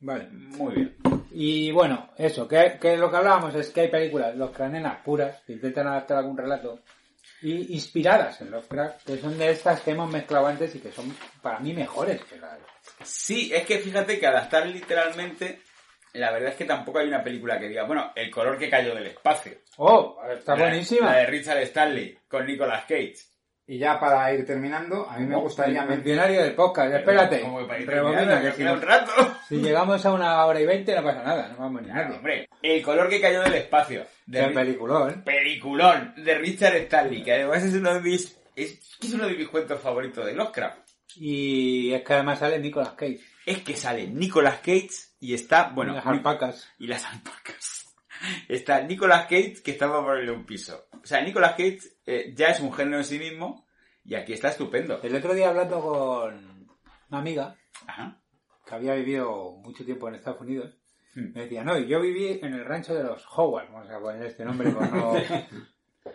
S3: Vale.
S2: Muy bien.
S3: Y bueno, eso, que, que lo que hablábamos es que hay películas, los cranenas puras, que intentan adaptar algún relato, y inspiradas en los cracks, que son de estas que hemos mezclado antes y que son para mí mejores que las-
S2: Sí, es que fíjate que adaptar literalmente, la verdad es que tampoco hay una película que diga, bueno, el color que cayó del espacio.
S3: ¡Oh! Está
S2: La-
S3: buenísima.
S2: La de Richard Stanley con Nicolas Cage.
S1: Y ya para ir terminando, a mí me gustaría...
S3: El
S1: men-
S3: mencionario del podcast, espérate.
S2: Como que para ir
S3: Rebobina,
S2: terminando,
S3: que
S2: que
S3: si,
S2: queda un rato.
S3: si llegamos a una hora y veinte no pasa nada, no vamos ni a
S2: Claro,
S3: nadie.
S2: hombre. El color que cayó del espacio. De
S3: Qué
S2: Ri-
S3: peliculón.
S2: Peliculón de Richard Stanley, que además es uno de mis, es, que es uno de mis cuentos favoritos de Lovecraft.
S3: Y es que además sale Nicolas Cage.
S2: Es que sale Nicolas Cage y está, bueno,
S3: las
S2: Nic-
S3: alpacas.
S2: y las alpacas. Está Nicolas Cage que está para ponerle un piso. O sea, Nicolas Cage eh, ya es un género en sí mismo y aquí está estupendo.
S3: El otro día hablando con una amiga
S2: Ajá.
S3: que había vivido mucho tiempo en Estados Unidos,
S2: Hmm.
S3: me decía, no, yo viví en el rancho de los Howard, vamos a poner este nombre, por no...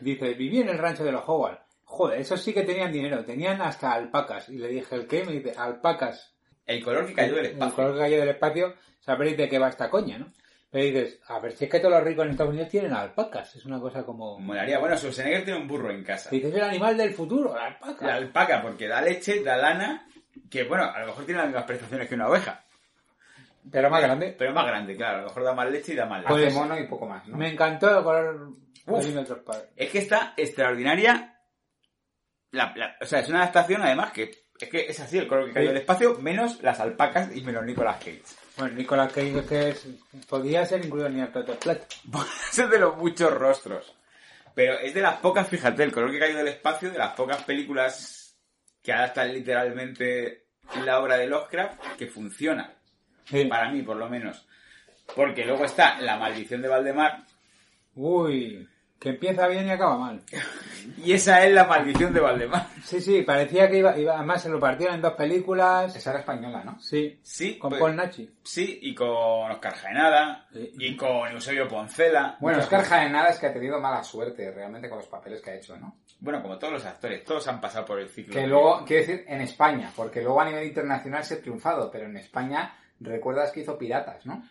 S3: dice, viví en el rancho de los Howard. Joder, esos sí que tenían dinero, tenían hasta alpacas. Y le dije, ¿el qué? Me dice, alpacas.
S2: El color que cayó del
S3: El
S2: espacio.
S3: color que cayó del espacio, sabréis de qué va esta coña, ¿no? Pero dices, a ver, si es que todos los ricos en Estados Unidos tienen alpacas, es una cosa como...
S2: Pues Molaría. Bueno, Schwarzenegger tiene un burro en casa.
S3: Dices, el animal del futuro, la alpaca.
S2: La alpaca, porque da leche, da lana, que bueno, a lo mejor tiene las mismas prestaciones que una oveja.
S3: Pero
S2: Eh.
S3: más grande.
S2: Pero más grande, claro. A lo mejor da más leche y da más lana.
S3: Pues-
S1: Hace mono y poco más, ¿no?
S3: Me encantó el color
S2: Uf.
S3: milímetros para-
S2: Es que está extraordinaria. La- la- o sea, es una adaptación además que es que es así el color que cayó del espacio, menos las alpacas y menos Nicolas Cage.
S3: Bueno, Nicolás Cage es que es- podía ser incluido en el plato plata.
S2: Eso es de los muchos rostros. Pero es de las pocas, fíjate, el color que cayó del espacio, de las pocas películas que adaptan literalmente la obra de Lovecraft que funciona. Para mí, por lo menos. Porque luego está La Maldición de Valdemar.
S3: Uy, que empieza bien y acaba mal.
S2: Y esa es La Maldición de Valdemar.
S3: Sí, sí, parecía que iba, iba- además se lo partieron en dos películas.
S1: Esa era española, ¿no?
S3: Sí,
S2: Sí,
S3: con
S2: pues-
S3: Paul Nachi.
S2: Sí, y con Oscar Jaenada.
S3: Sí.
S2: Y con Eusebio Poncela.
S1: Bueno,
S2: Muchas
S1: Oscar
S2: cosas.
S1: Jaenada es que ha tenido mala suerte realmente con los papeles que ha hecho, ¿no?
S2: Bueno, como todos los actores, todos han pasado por el ciclo.
S1: Que luego, quiero decir, en España, porque luego a nivel internacional se ha triunfado, pero en España recuerdas que hizo Piratas, ¿no?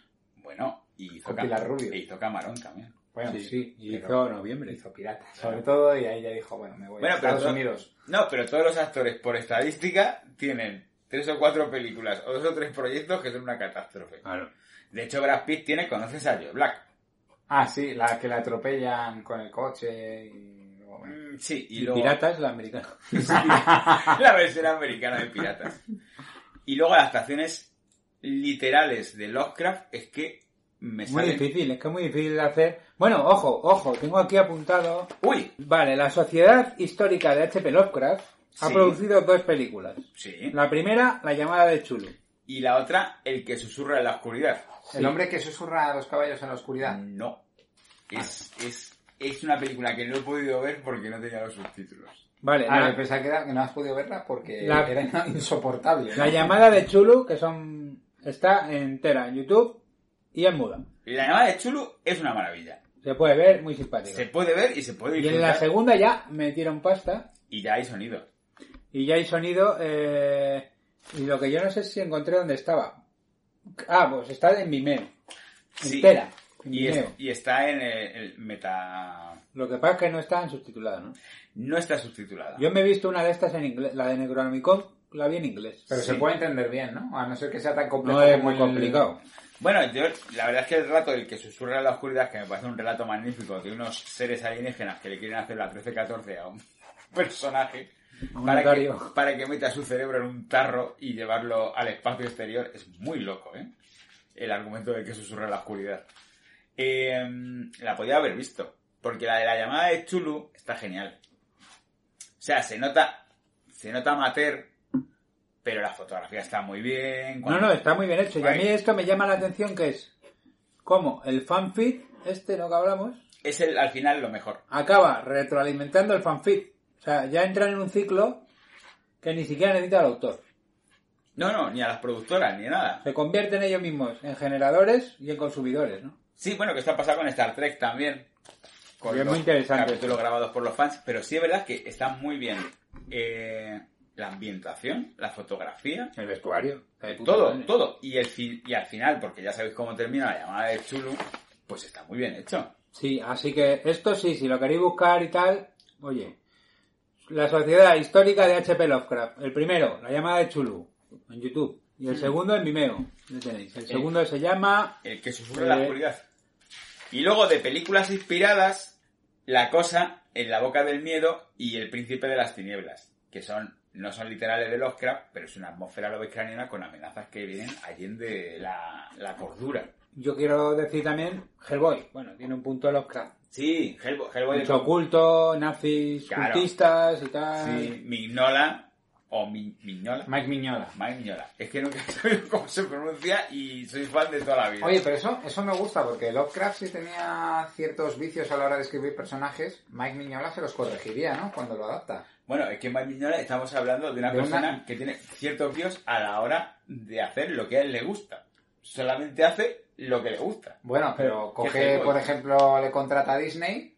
S2: Bueno, y hizo,
S1: Con Pilar Rubio.
S2: e hizo Camarón también.
S1: Bueno,
S3: Sí,
S1: sí,
S3: y
S1: pero
S3: hizo noviembre.
S1: hizo Piratas, sobre todo, y ahí ya dijo, bueno, me voy
S2: Bueno,
S1: a
S2: pero
S1: Estados
S2: todo-
S1: Unidos.
S2: No, pero todos los actores, por estadística, tienen tres o cuatro películas o dos o tres proyectos que son una catástrofe.
S3: Claro.
S2: De hecho, Brad Pitt tiene Conoces a Joe Black.
S1: Ah, sí, la que la atropellan con el coche y luego, bueno.
S2: Mm, sí, y,
S3: Y,
S2: luego...
S3: Piratas, la americana.
S2: la versión americana de Piratas. Y luego adaptaciones literales de Lovecraft es que me
S3: Muy
S2: salen-
S3: difícil, es que es muy difícil de hacer. Bueno, ojo, ojo, tengo aquí apuntado.
S2: ¡Uy!
S3: Vale, la Sociedad Histórica de H.P. Lovecraft ha
S2: Sí.
S3: producido dos películas.
S2: Sí.
S3: La primera, La llamada de Chulu.
S2: Y la otra, El que susurra en la oscuridad.
S1: El hombre que susurra a los caballos en la
S3: Mm.
S1: oscuridad.
S2: No. Es, es, es una película que no he podido ver porque no tenía los subtítulos.
S3: Vale,
S1: Ah,
S3: la-
S1: me pensaba que, era- que no has podido verla porque
S3: La-
S1: era insoportable. ¿no?
S3: La llamada de Chulu, que son está entera en YouTube y en muda.
S2: La llamada de Chulu es una maravilla.
S3: Se puede ver, muy simpático.
S2: Se puede ver y se puede
S3: y en la
S2: disfrutar.
S3: segunda ya metieron pasta
S2: Y ya hay sonido.
S3: y ya hay sonido. eh, y lo que yo no sé es si encontré dónde estaba. Ah, pues está en Vimeo.
S2: Sí.
S3: Entera. En
S2: Y, es-
S3: Vimeo.
S2: y está en el, el meta...
S3: Lo que pasa es que no está en subtitulado, ¿no?
S2: No está subtitulada.
S3: Yo me he visto una de estas en inglés. La de Necronomicon la vi en inglés.
S1: Pero se
S2: Sí.
S1: puede entender bien, ¿no? A no ser que sea tan complejo
S3: No es
S1: como
S3: muy
S1: el-
S3: complicado.
S2: Bueno, yo, la verdad es que el relato del que susurra en la oscuridad, que me parece un relato magnífico, de unos seres alienígenas que le quieren hacer la 13-14 a un personaje
S3: A un
S2: para que,
S3: notario.
S2: para que meta su cerebro en un tarro y llevarlo al espacio exterior, es muy loco, ¿eh? El argumento del que susurra en la oscuridad. Eh, la podía haber visto, porque la de la llamada de Chulu está genial. O sea, se nota, se nota amateur, pero la fotografía está muy bien.
S3: No,
S2: cuando-
S3: no, está muy bien hecho. Y a
S2: Ahí.
S3: mí esto me llama la atención que es como el fanfic, este lo que hablamos,
S2: Es el, al final lo mejor.
S3: acaba retroalimentando el fanfic. O sea, ya entran en un ciclo que ni siquiera necesita el autor.
S2: No, no, ni a las productoras, ni a nada.
S3: Se convierten ellos mismos en generadores y en consumidores, ¿no?
S2: Sí, bueno, que está pasado con Star Trek también. Con
S3: Y es
S2: los
S3: muy interesante.
S2: capítulos grabados por los fans, pero sí es verdad que está muy bien eh, la ambientación, la fotografía,
S3: El vestuario.
S2: todo, todo. Y, el fi- y al final, porque ya sabéis cómo termina la llamada de Chulu, pues está muy bien hecho.
S3: Sí, así que esto sí, si lo queréis buscar y tal, oye. La sociedad histórica de H.P. Lovecraft. El primero, la llamada de Chulu, en YouTube. Y el segundo en Vimeo. lo tenéis.
S2: Eh.
S3: El segundo se llama...
S2: El que susurra en la
S3: Eh.
S2: oscuridad. Y luego de películas inspiradas, la cosa En la boca del miedo y El príncipe de las tinieblas, que son no son literales de Lovecraft, pero es una atmósfera lovecraftiana con amenazas que vienen allende la, la cordura.
S3: Yo quiero decir también Hellboy. Bueno, tiene un punto Lovecraft.
S2: Sí, Hellboy, Hellboy
S3: Mucho oculto, nazis,
S2: Claro.
S3: cultistas y tal.
S2: Sí, Mignola o Mi- Mignola.
S1: Mike Miñola.
S2: Mike Mignola. Es que nunca he sabido cómo se pronuncia y soy fan de toda la vida.
S1: Oye, pero eso, eso me gusta porque Lovecraft sí tenía ciertos vicios a la hora de escribir personajes. Mike Miñola se los corregiría, ¿no? Cuando lo adapta.
S2: Bueno, es que Mike Mignola estamos hablando de una
S1: De una-
S2: persona que tiene ciertos vicios a la hora de hacer lo que a él le gusta. Solamente hace lo que le gusta.
S1: Bueno, pero
S2: ¿Qué
S1: coge,
S2: Hellboy?
S1: por ejemplo, le contrata a Disney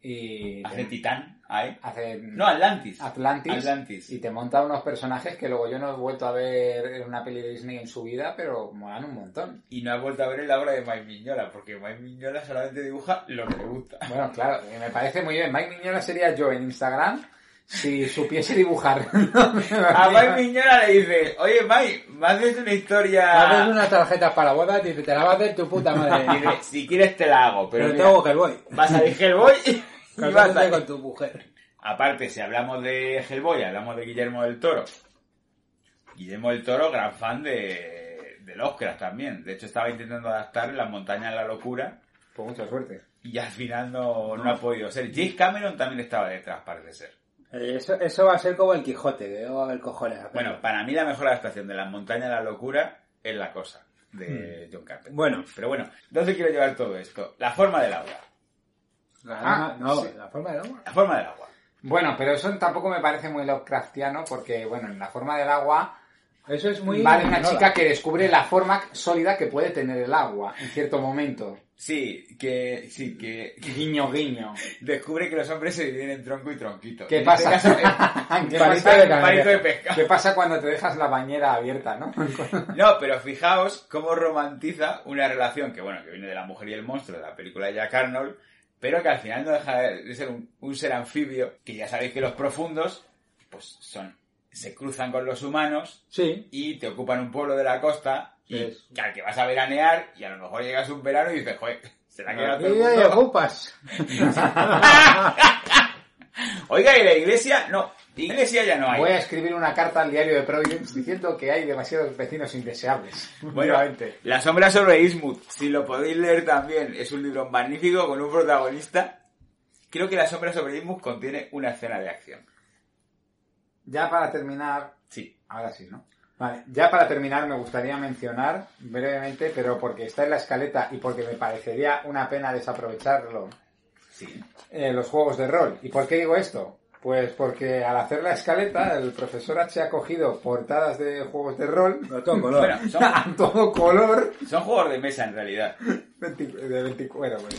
S1: y
S2: Hace Titán, ahí.
S1: hace
S2: No, Atlantis.
S1: Atlantis,
S2: Atlantis.
S1: y te monta unos personajes que luego yo no he vuelto a ver en una peli de Disney en su vida, pero molan un montón.
S2: Y no has vuelto a ver la obra de Mike Mignola, porque Mike Mignola solamente dibuja lo que le gusta.
S1: Bueno, claro, y me parece muy bien. Mike Miñola sería yo en Instagram si supiese dibujar.
S2: A Mike Mignola le dice, oye Mike, me haces una
S1: Ah.
S2: historia...
S3: Haces unas tarjetas para bodas y te las va a hacer tu puta madre.
S2: Dice, si quieres te la hago, pero,
S3: Pero
S2: mira,
S3: tengo Hellboy.
S2: vas a ir Hellboy y vas
S3: Cásate
S2: a...
S3: con tu mujer.
S2: Aparte, si hablamos de Hellboy, hablamos de Guillermo del Toro. Guillermo del Toro, gran fan de, de Lovecraft también. De hecho, estaba intentando adaptar Las montañas de la locura
S1: Pues mucha suerte.
S2: y al final no, no ha podido ser. James Cameron también estaba detrás, parece ser.
S3: Eh, Eso, eso va a ser como el Quijote, que luego va a haber cojones.
S2: Bueno, para mí la mejor adaptación de Las montañas de la locura es La cosa,
S1: Hmm.
S2: de John Carpenter.
S3: Bueno.
S2: Pero bueno, ¿dónde quiero llevar todo esto? La forma del agua.
S3: La-
S1: ah,
S3: no,
S1: sí.
S3: la forma del agua.
S2: La forma del agua.
S1: Bueno, pero eso tampoco me parece muy Lovecraftiano porque, bueno, en la forma del agua
S3: Eso es muy...
S1: vale una
S3: Manola.
S1: chica que descubre la forma sólida que puede tener el agua en cierto momento.
S2: Sí, que, sí, que,
S1: Guiño, guiño.
S2: descubre que los hombres se dividen en tronco y tronquito.
S1: ¿Qué
S2: En
S1: pasa?
S2: este caso,
S1: ¿Qué
S3: Palito
S1: pasa?
S3: de
S2: el palito de pesca.
S1: ¿Qué pasa cuando te dejas la bañera abierta, no?
S2: No, pero fijaos cómo romantiza una relación que, bueno, que viene de la mujer y el monstruo, de la película de Jack Arnold, pero que al final no deja de ser un, un ser anfibio, que ya sabéis que los profundos, pues son, se cruzan con los humanos
S3: Sí.
S2: y te ocupan un pueblo de la costa y
S3: Yes.
S2: al que vas a veranear y a lo mejor llegas un verano y dices, joder, se la ha quedado
S3: Y
S2: todo el
S3: ahí
S2: mundo".
S3: ocupas.
S2: Oiga, ¿y la iglesia? No, iglesia ya no hay.
S1: Voy a escribir una carta al diario de Providence diciendo que hay demasiados vecinos indeseables.
S2: Bueno,
S1: últimamente.
S2: La sombra sobre Innsmouth, si lo podéis leer también, es un libro magnífico con un protagonista. Creo que La sombra sobre Innsmouth contiene una escena de acción.
S1: Ya para terminar,
S2: Sí.
S1: ahora sí, ¿no? Vale, ya para terminar me gustaría mencionar brevemente, pero porque está en la escaleta y porque me parecería una pena desaprovecharlo,
S2: Sí.
S1: eh, los juegos de rol. ¿Y por qué digo esto? Pues porque al hacer la escaleta, el profesor H ha cogido portadas de juegos de rol
S3: Con todo color.
S2: Bueno, son,
S1: a todo color
S2: son juegos de mesa en realidad.
S1: 20 de 20 bueno, pues,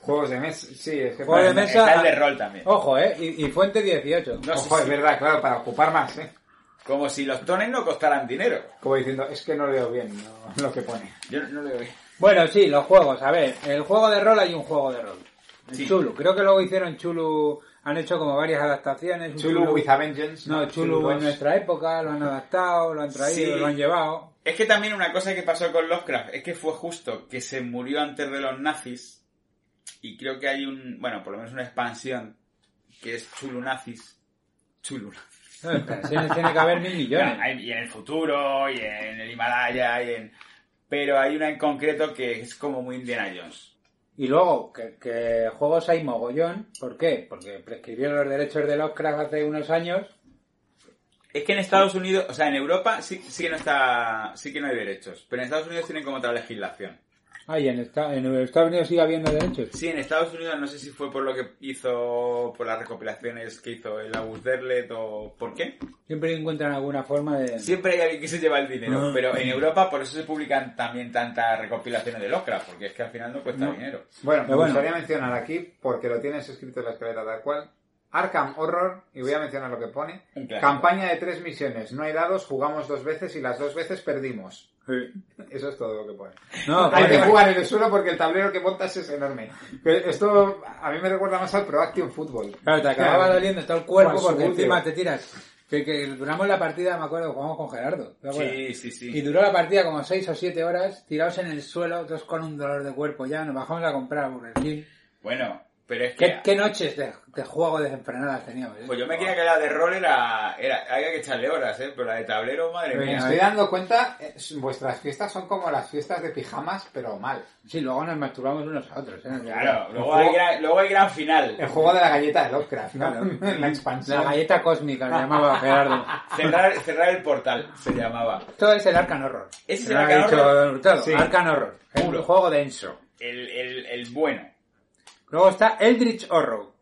S1: Juegos de mesa, sí, es que
S3: Juegos de
S1: para-
S3: mesa.
S2: Está el de rol también.
S3: Ojo, ¿eh? Y, y fuente 18.
S2: No sé
S1: Ojo, es
S2: si-
S1: verdad, claro, para ocupar más, ¿eh?
S2: como si los tones no costaran dinero.
S1: Como diciendo, es que no leo bien no, lo que pone.
S2: Yo no lo veo.
S3: Bueno, sí, los juegos. A ver, el juego de rol hay un juego de rol. El
S2: Sí.
S3: Chulu. Creo que luego hicieron Chulu... Han hecho como varias adaptaciones. Un
S1: Chulu with a Vengeance.
S3: No, Chulu en
S1: 2.
S3: nuestra época, lo han adaptado, lo han traído,
S2: Sí.
S3: lo han llevado.
S2: Es que también una cosa que pasó con Lovecraft es que fue justo que se murió antes de los nazis y creo que hay un, bueno, por lo menos una expansión que es Chulu Nazis. Chulu Nazis.
S3: No, en pensiones tiene que haber mil
S2: Claro,
S3: millones.
S2: hay- y en el futuro, y en el Himalaya, y en... Pero hay una en concreto que es como muy Indiana Jones.
S3: Y luego, que, que juegos hay mogollón. ¿Por qué? Porque prescribieron los derechos de Lovecraft hace unos años.
S2: Es que en Estados Unidos, o sea, en Europa sí, sí que no está, sí que no hay derechos, pero en Estados Unidos tienen como otra legislación.
S3: Ay, en, esta, en Estados Unidos sigue habiendo derechos.
S2: Sí, en Estados Unidos no sé si fue por lo que hizo, por las recopilaciones que hizo el Agus Derlet o por qué.
S3: Siempre encuentran alguna forma de...
S2: Siempre hay alguien que se lleva el dinero, pero en Europa por eso se publican también tantas recopilaciones de Lovecraft, porque es que al final no cuesta dinero.
S1: Bueno, me
S3: Pero bueno.
S1: gustaría mencionar aquí, porque lo tienes escrito en la escaleta tal cual, Arkham Horror, y voy a mencionar lo que pone,
S2: Un clásico.
S1: campaña de tres misiones, no hay dados, jugamos dos veces y las dos veces perdimos. Eso es todo lo que pone.
S3: No,
S1: Hay que
S3: pone-
S1: jugar en el suelo porque el tablero que montas es enorme. Pero esto a mí me recuerda más al Pro Action Football.
S3: Claro, te acababa doliendo todo el cuerpo
S1: Juan,
S3: porque
S1: su
S3: encima
S1: último.
S3: te tiras. Que, que duramos la partida, me acuerdo, jugamos con Gerardo. ¿te acuerdas?
S2: Sí, sí, sí.
S3: Y duró la partida como 6 o 7 horas, tirados en el suelo, dos con un dolor de cuerpo ya, nos bajamos a comprar Burger King.
S2: Bueno, Pero es que...
S3: ¿Qué, qué noches de, de juego desenfrenadas teníamos? eh?
S2: Pues yo me quería que la de rol era, era... Había que echarle horas, ¿eh? Pero la de tablero, madre
S1: Me
S2: mía.
S1: estoy dando cuenta, eh, vuestras fiestas son como las fiestas de pijamas, pero mal.
S3: Sí, luego nos masturbamos unos a otros. ¿eh?
S2: Claro, luego
S1: Ojo.
S2: hay, gran, luego hay gran
S1: El
S2: final.
S1: juego de la galleta de Lovecraft, ¿no? La expansión.
S3: La galleta cósmica la llamaba Gerardo.
S2: Cerrar, cerrar el portal, se llamaba.
S3: Esto es el Arcan Horror.
S2: Ese es el
S3: Me lo ha
S2: Arkham
S3: dicho
S2: Horror.
S3: Don Hurtado,
S2: Sí.
S3: Arkham Horror. Es
S2: Puro.
S3: un juego denso.
S2: El, el, el bueno.
S3: Luego está Eldritch Horror.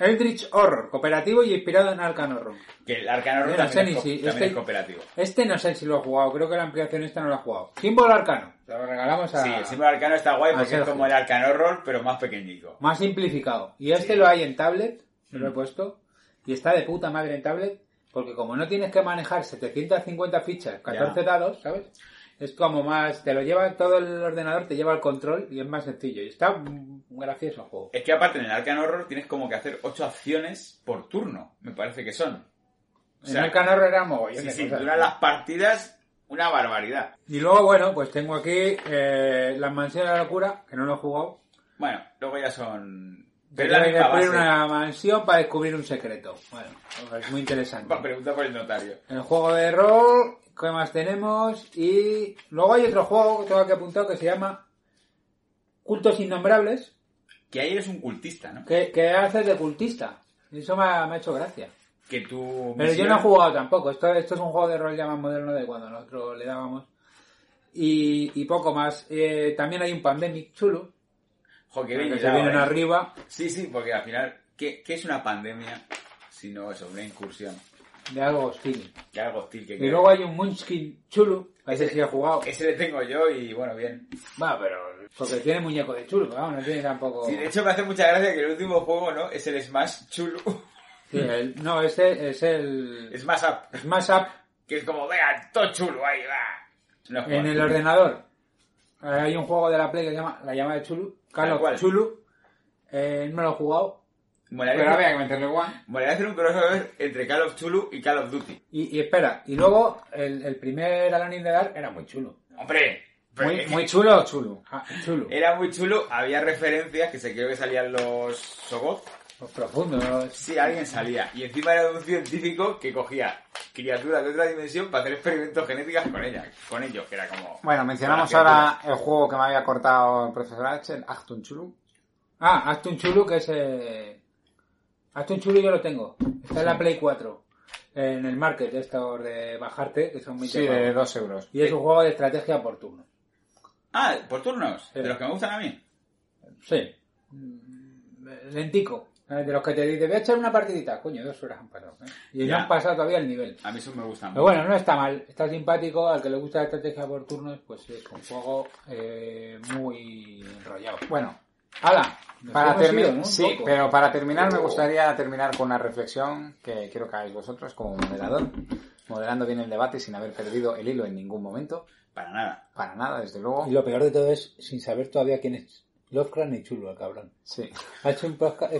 S3: Eldritch Horror, cooperativo y inspirado en Arcan Horror.
S2: Que el Arcano
S3: Yo no sé
S2: también,
S3: ni
S2: es, co-
S3: si-
S2: también
S3: este-
S2: es cooperativo.
S3: Este no sé si lo he jugado, creo que la ampliación esta no la he jugado. Símbolo Arcano, se lo regalamos a...
S2: Sí, el símbolo arcano está guay
S3: Ah,
S2: porque es
S3: Sergio.
S2: como el arcano horror, pero más pequeñico.
S3: Más simplificado. Y este lo hay en tablet, me
S2: Mm.
S3: lo he puesto, y está de puta madre en tablet, porque como no tienes que manejar 750 fichas, 14 dados, ¿sabes? Es como más, te lo lleva todo el ordenador, te lleva el control y es más sencillo. Y está mm, gracioso el juego.
S2: Es que aparte en el arcano horror tienes como que hacer ocho acciones por turno, me parece que son. O sea,
S3: en Arcan Horror era mogollón
S2: sí,
S3: de
S2: sí,
S3: cosas.
S2: duran las partidas una barbaridad.
S3: Y luego, bueno, pues tengo aquí eh, Las Mansiones de la Locura, que no lo he jugado.
S2: Bueno, luego ya son... Pero
S3: Pero
S2: es la
S3: hay que
S2: misma
S3: descubrir
S2: base.
S3: una mansión para descubrir un secreto. Bueno, es muy interesante.
S2: Va, Pregunta por el notario.
S3: El juego de rol, ¿qué más tenemos? Y luego hay otro juego que tengo aquí apuntado que se llama Cultos Innombrables,
S2: Que ahí eres un cultista, ¿no?
S3: que, que haces de cultista. Y Eso me ha, me ha hecho gracia.
S2: Que tú...
S3: Pero yo no he jugado tampoco. Esto, esto es un juego de rol ya más moderno de cuando nosotros le dábamos. Y, y poco más. Eh, también hay un Pandemic chulo,
S2: Jo, que bien
S3: que se
S2: hilado,
S3: vienen
S2: ¿eh?
S3: arriba
S2: Sí, sí, porque al final, ¿qué, qué es una pandemia? Si no eso, una incursión.
S3: de algo hostil.
S2: Que algo hostil que
S3: Y luego hay un Munchkin chulo, que ese sí he jugado.
S2: Ese le tengo yo y bueno, bien.
S3: Va, pero... Porque tiene muñeco de chulo, vamos, no tiene tampoco...
S2: Sí, de hecho me hace mucha gracia que el último juego, ¿no? Es el Smash chulo.
S3: Sí, el- no, este es el
S2: Smash Up.
S3: Smash Up
S2: Que es como, vea, todo chulo, ahí va. No,
S3: en el
S2: joder.
S3: ordenador. Eh, Hay un juego de la Play que se llama La llamada de Chulu. Carlos
S2: Tal cual.
S3: Chulu. Eh, no lo he jugado.
S2: Molaría,
S1: Pero había que meterle one.
S2: molaría hacer un crossover entre Call of Chulu y Call of Duty.
S3: Y, y espera, y luego el, el primer Alan in the Dark era muy chulo.
S2: ¡Hombre! pero
S3: Muy,
S2: Pues es que Eh.
S3: muy chulo, chulo. Ah, chulo.
S2: Era muy chulo, había referencias que se creo que salían los Sogoth.
S3: Los profundos.
S2: Sí, alguien salía. Y encima era un científico que cogía criaturas de otra dimensión para hacer experimentos genéticas con ellas, con ellos, que era como...
S1: Bueno, mencionamos
S2: Para
S1: ahora el juego que me había cortado el profesor H, el Achtung Chulu.
S3: Ah, hazte un chulo que es... Eh... Hazte un chulo yo lo tengo. Está en la Play 4. En el market de estos de bajarte, que son muy
S1: Sí, de dos euros.
S3: Y es un juego de estrategia por turno.
S2: Ah, por turnos,
S3: Sí.
S2: de los que me gustan a mí.
S3: Sí. Mm, Lentico. ¿sabes? De los que te dicen, voy a echar una partidita. Coño, dos horas han pasado. ¿eh? Y
S2: Ya.
S3: no han pasado todavía el nivel.
S2: A mí esos me gustan.
S3: Pero bueno, no está mal. Está simpático. Al que le gusta la estrategia por turnos, pues es un juego eh, muy enrollado.
S1: Bueno,
S3: ¡Hala! Nos
S1: para
S3: hemos
S1: terminar,
S3: ido, ¿no? Un
S1: sí,
S3: poco.
S1: pero para terminar me gustaría terminar con una reflexión que quiero que hagáis vosotros como moderador, moderando bien el debate sin haber perdido el hilo en ningún momento,
S2: Para nada.
S1: para nada, desde luego.
S3: Y lo peor de todo es sin saber todavía quién es Lovecraft ni Chulo, el cabrón.
S1: Sí.
S3: Ha hecho un podcast...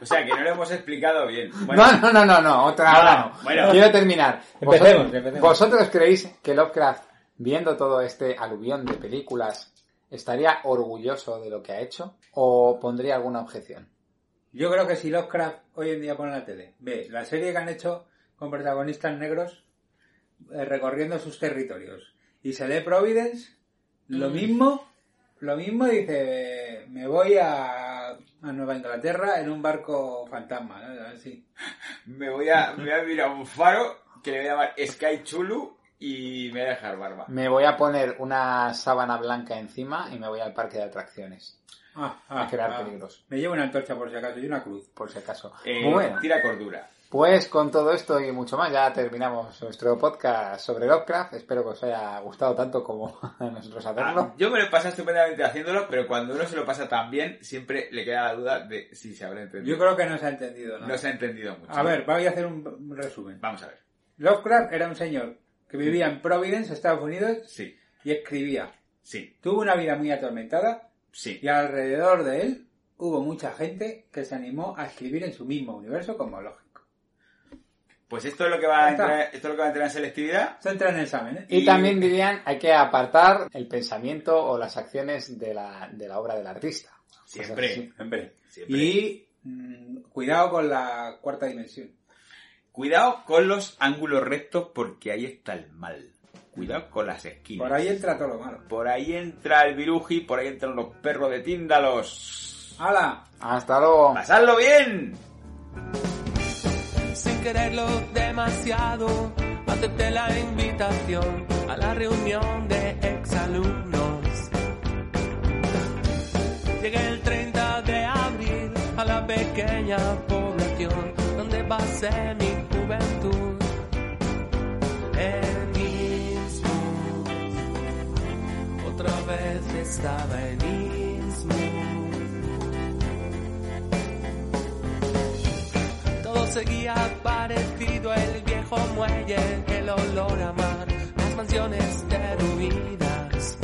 S2: O sea, que no lo hemos explicado bien. Bueno,
S1: No, no, no, no, no, otra
S2: No,
S1: ahora no.
S2: bueno.
S1: Quiero terminar.
S3: Empecemos,
S1: ¿Vosotros,
S3: empecemos.
S1: ¿Vosotros creéis que Lovecraft, viendo todo este aluvión de películas, estaría orgulloso de lo que ha hecho o pondría alguna objeción?
S3: Yo creo que si Lovecraft hoy en día pone en la tele, ve la serie que han hecho con protagonistas negros eh, recorriendo sus territorios y se lee Providence,
S1: Mm.
S3: lo mismo, lo mismo dice, me voy a, a Nueva Inglaterra en un barco fantasma, ¿no? así.
S2: me voy a, me voy a ir a un faro que le voy a llamar Sky Chulu y me voy a dejar barba.
S1: Me voy a poner una sábana blanca encima y me voy al parque de atracciones,
S3: Ah,
S1: a
S3: ah,
S1: crear
S3: ah.
S1: peligros,
S3: Me llevo una antorcha por si acaso y una cruz.
S1: por si acaso.
S2: Eh,
S1: bueno,
S2: Tira cordura.
S1: pues con todo esto y mucho más ya terminamos nuestro podcast sobre Lovecraft. Espero que os haya gustado tanto como a nosotros hacerlo.
S2: Ah, yo me lo he pasado estupendamente haciéndolo, pero cuando uno se lo pasa tan bien, siempre le queda la duda de si se habrá entendido.
S3: Yo creo que no se ha entendido, ¿no?
S2: No se ha entendido mucho.
S3: A ver, voy a hacer un- un resumen.
S2: Vamos a ver.
S3: Lovecraft era un señor que vivía en Providence, Estados Unidos,
S2: Sí,
S3: y escribía.
S2: sí,
S3: Tuvo una vida muy atormentada
S2: sí.
S3: y alrededor de él hubo mucha gente que se animó a escribir en su mismo universo cosmológico.
S2: Pues esto es lo que va a
S3: Ya está.
S2: entrar, esto es lo que va a entrar en selectividad.
S3: Esto entra en el examen, ¿eh?
S1: Y también dirían, hay que apartar el pensamiento o las acciones de la, de la obra del artista.
S2: Siempre,
S3: O sea, sí.
S2: siempre, siempre.
S3: Pues Y mm, cuidado con la cuarta dimensión.
S2: Cuidado con los ángulos rectos porque ahí está el mal. Cuidado con las esquinas.
S3: Por ahí entra todo lo malo.
S2: Por ahí entra el viruji, por ahí entran los perros de tíndalos.
S3: ¡Hala!
S1: Hasta luego.
S2: ¡Pasadlo bien!
S6: sin quererlo demasiado, acepté la invitación a la reunión de exalumnos. Llegué el 30 de abril a la pequeña población donde pasé mi juventud. En Innsbruck, otra vez estaba en Innsbruck. Todo seguía parecido el viejo muelle, el olor a mar, las mansiones derruidas.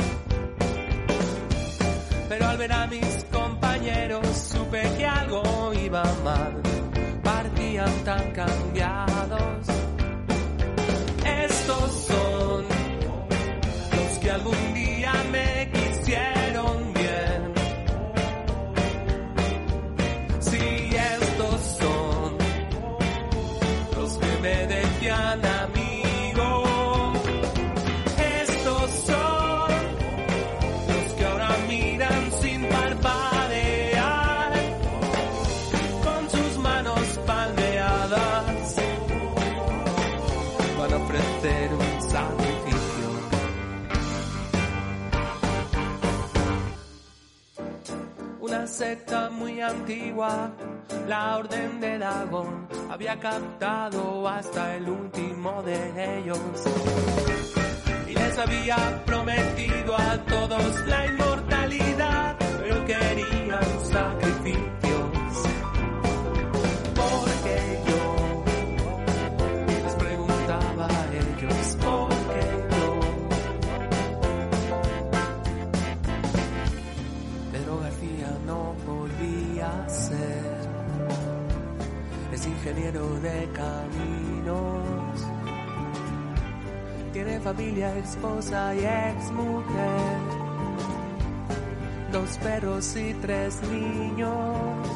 S6: Pero al ver a mis compañeros supe que algo iba mal, partían tan cambiados. Estos son los que algún día me quisieron bien. Si estos son los que me decían amigo, estos son los que ahora miran sin parpadear, con sus manos palmeadas, van a ofrecer un sacrificio. una secta muy antigua, la Orden de Dagón había captado hasta el último de ellos y les había prometido a todos la inmortalidad, pero querían sacrificios. Porque yo les preguntaba a ellos, porque yo Pedro García no volvía a ser. Es ingeniero de caminos. Tiene familia, esposa y ex mujer. Dos perros y tres niños.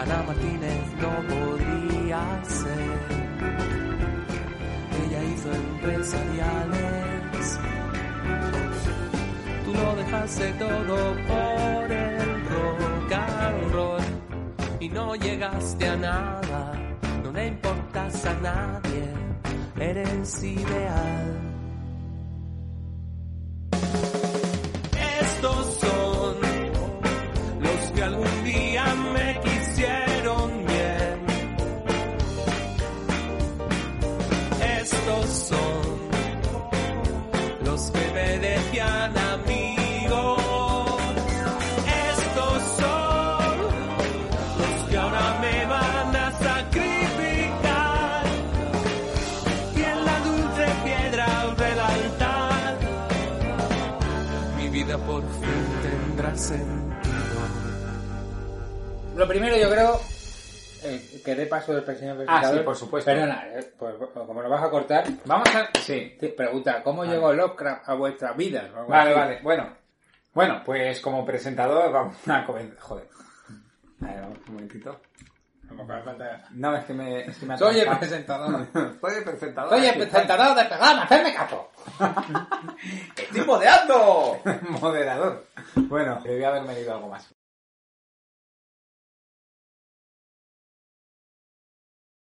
S6: Ana Martínez no podría ser. Ella hizo empresariales tú lo dejaste todo por el rock and roll y no llegaste a nada, no le importas a nadie, eres ideal. Estos son los que algún día me quisieron bien. Estos son los que me decían amigo. Estos son los que ahora me van a sacrificar. Y en la dulce piedra del altar, mi vida por fin tendrá sentido.
S3: Lo primero, yo creo eh, que dé paso del señor presentador.
S1: Ah, sí, por supuesto.
S3: Perdona, eh, por- por- como lo vas a cortar,
S1: Vamos a... Sí.
S3: te pregunta, ¿cómo llegó Lovecraft a vuestra vida? O algo
S1: Vale,
S3: así.
S1: vale. Bueno. Bueno, pues como presentador vamos a comen- Joder. A ver, un momentito.
S3: Como que hace falta-
S1: No, es que me... es que me ha
S3: Soy el
S1: atascado.
S3: presentador.
S1: Soy el presentador.
S3: Soy el
S1: aquí.
S3: presentador de programa, hacerme caso.
S2: ¡Estoy modeando!
S1: Moderador. Bueno, debía haberme leído algo más.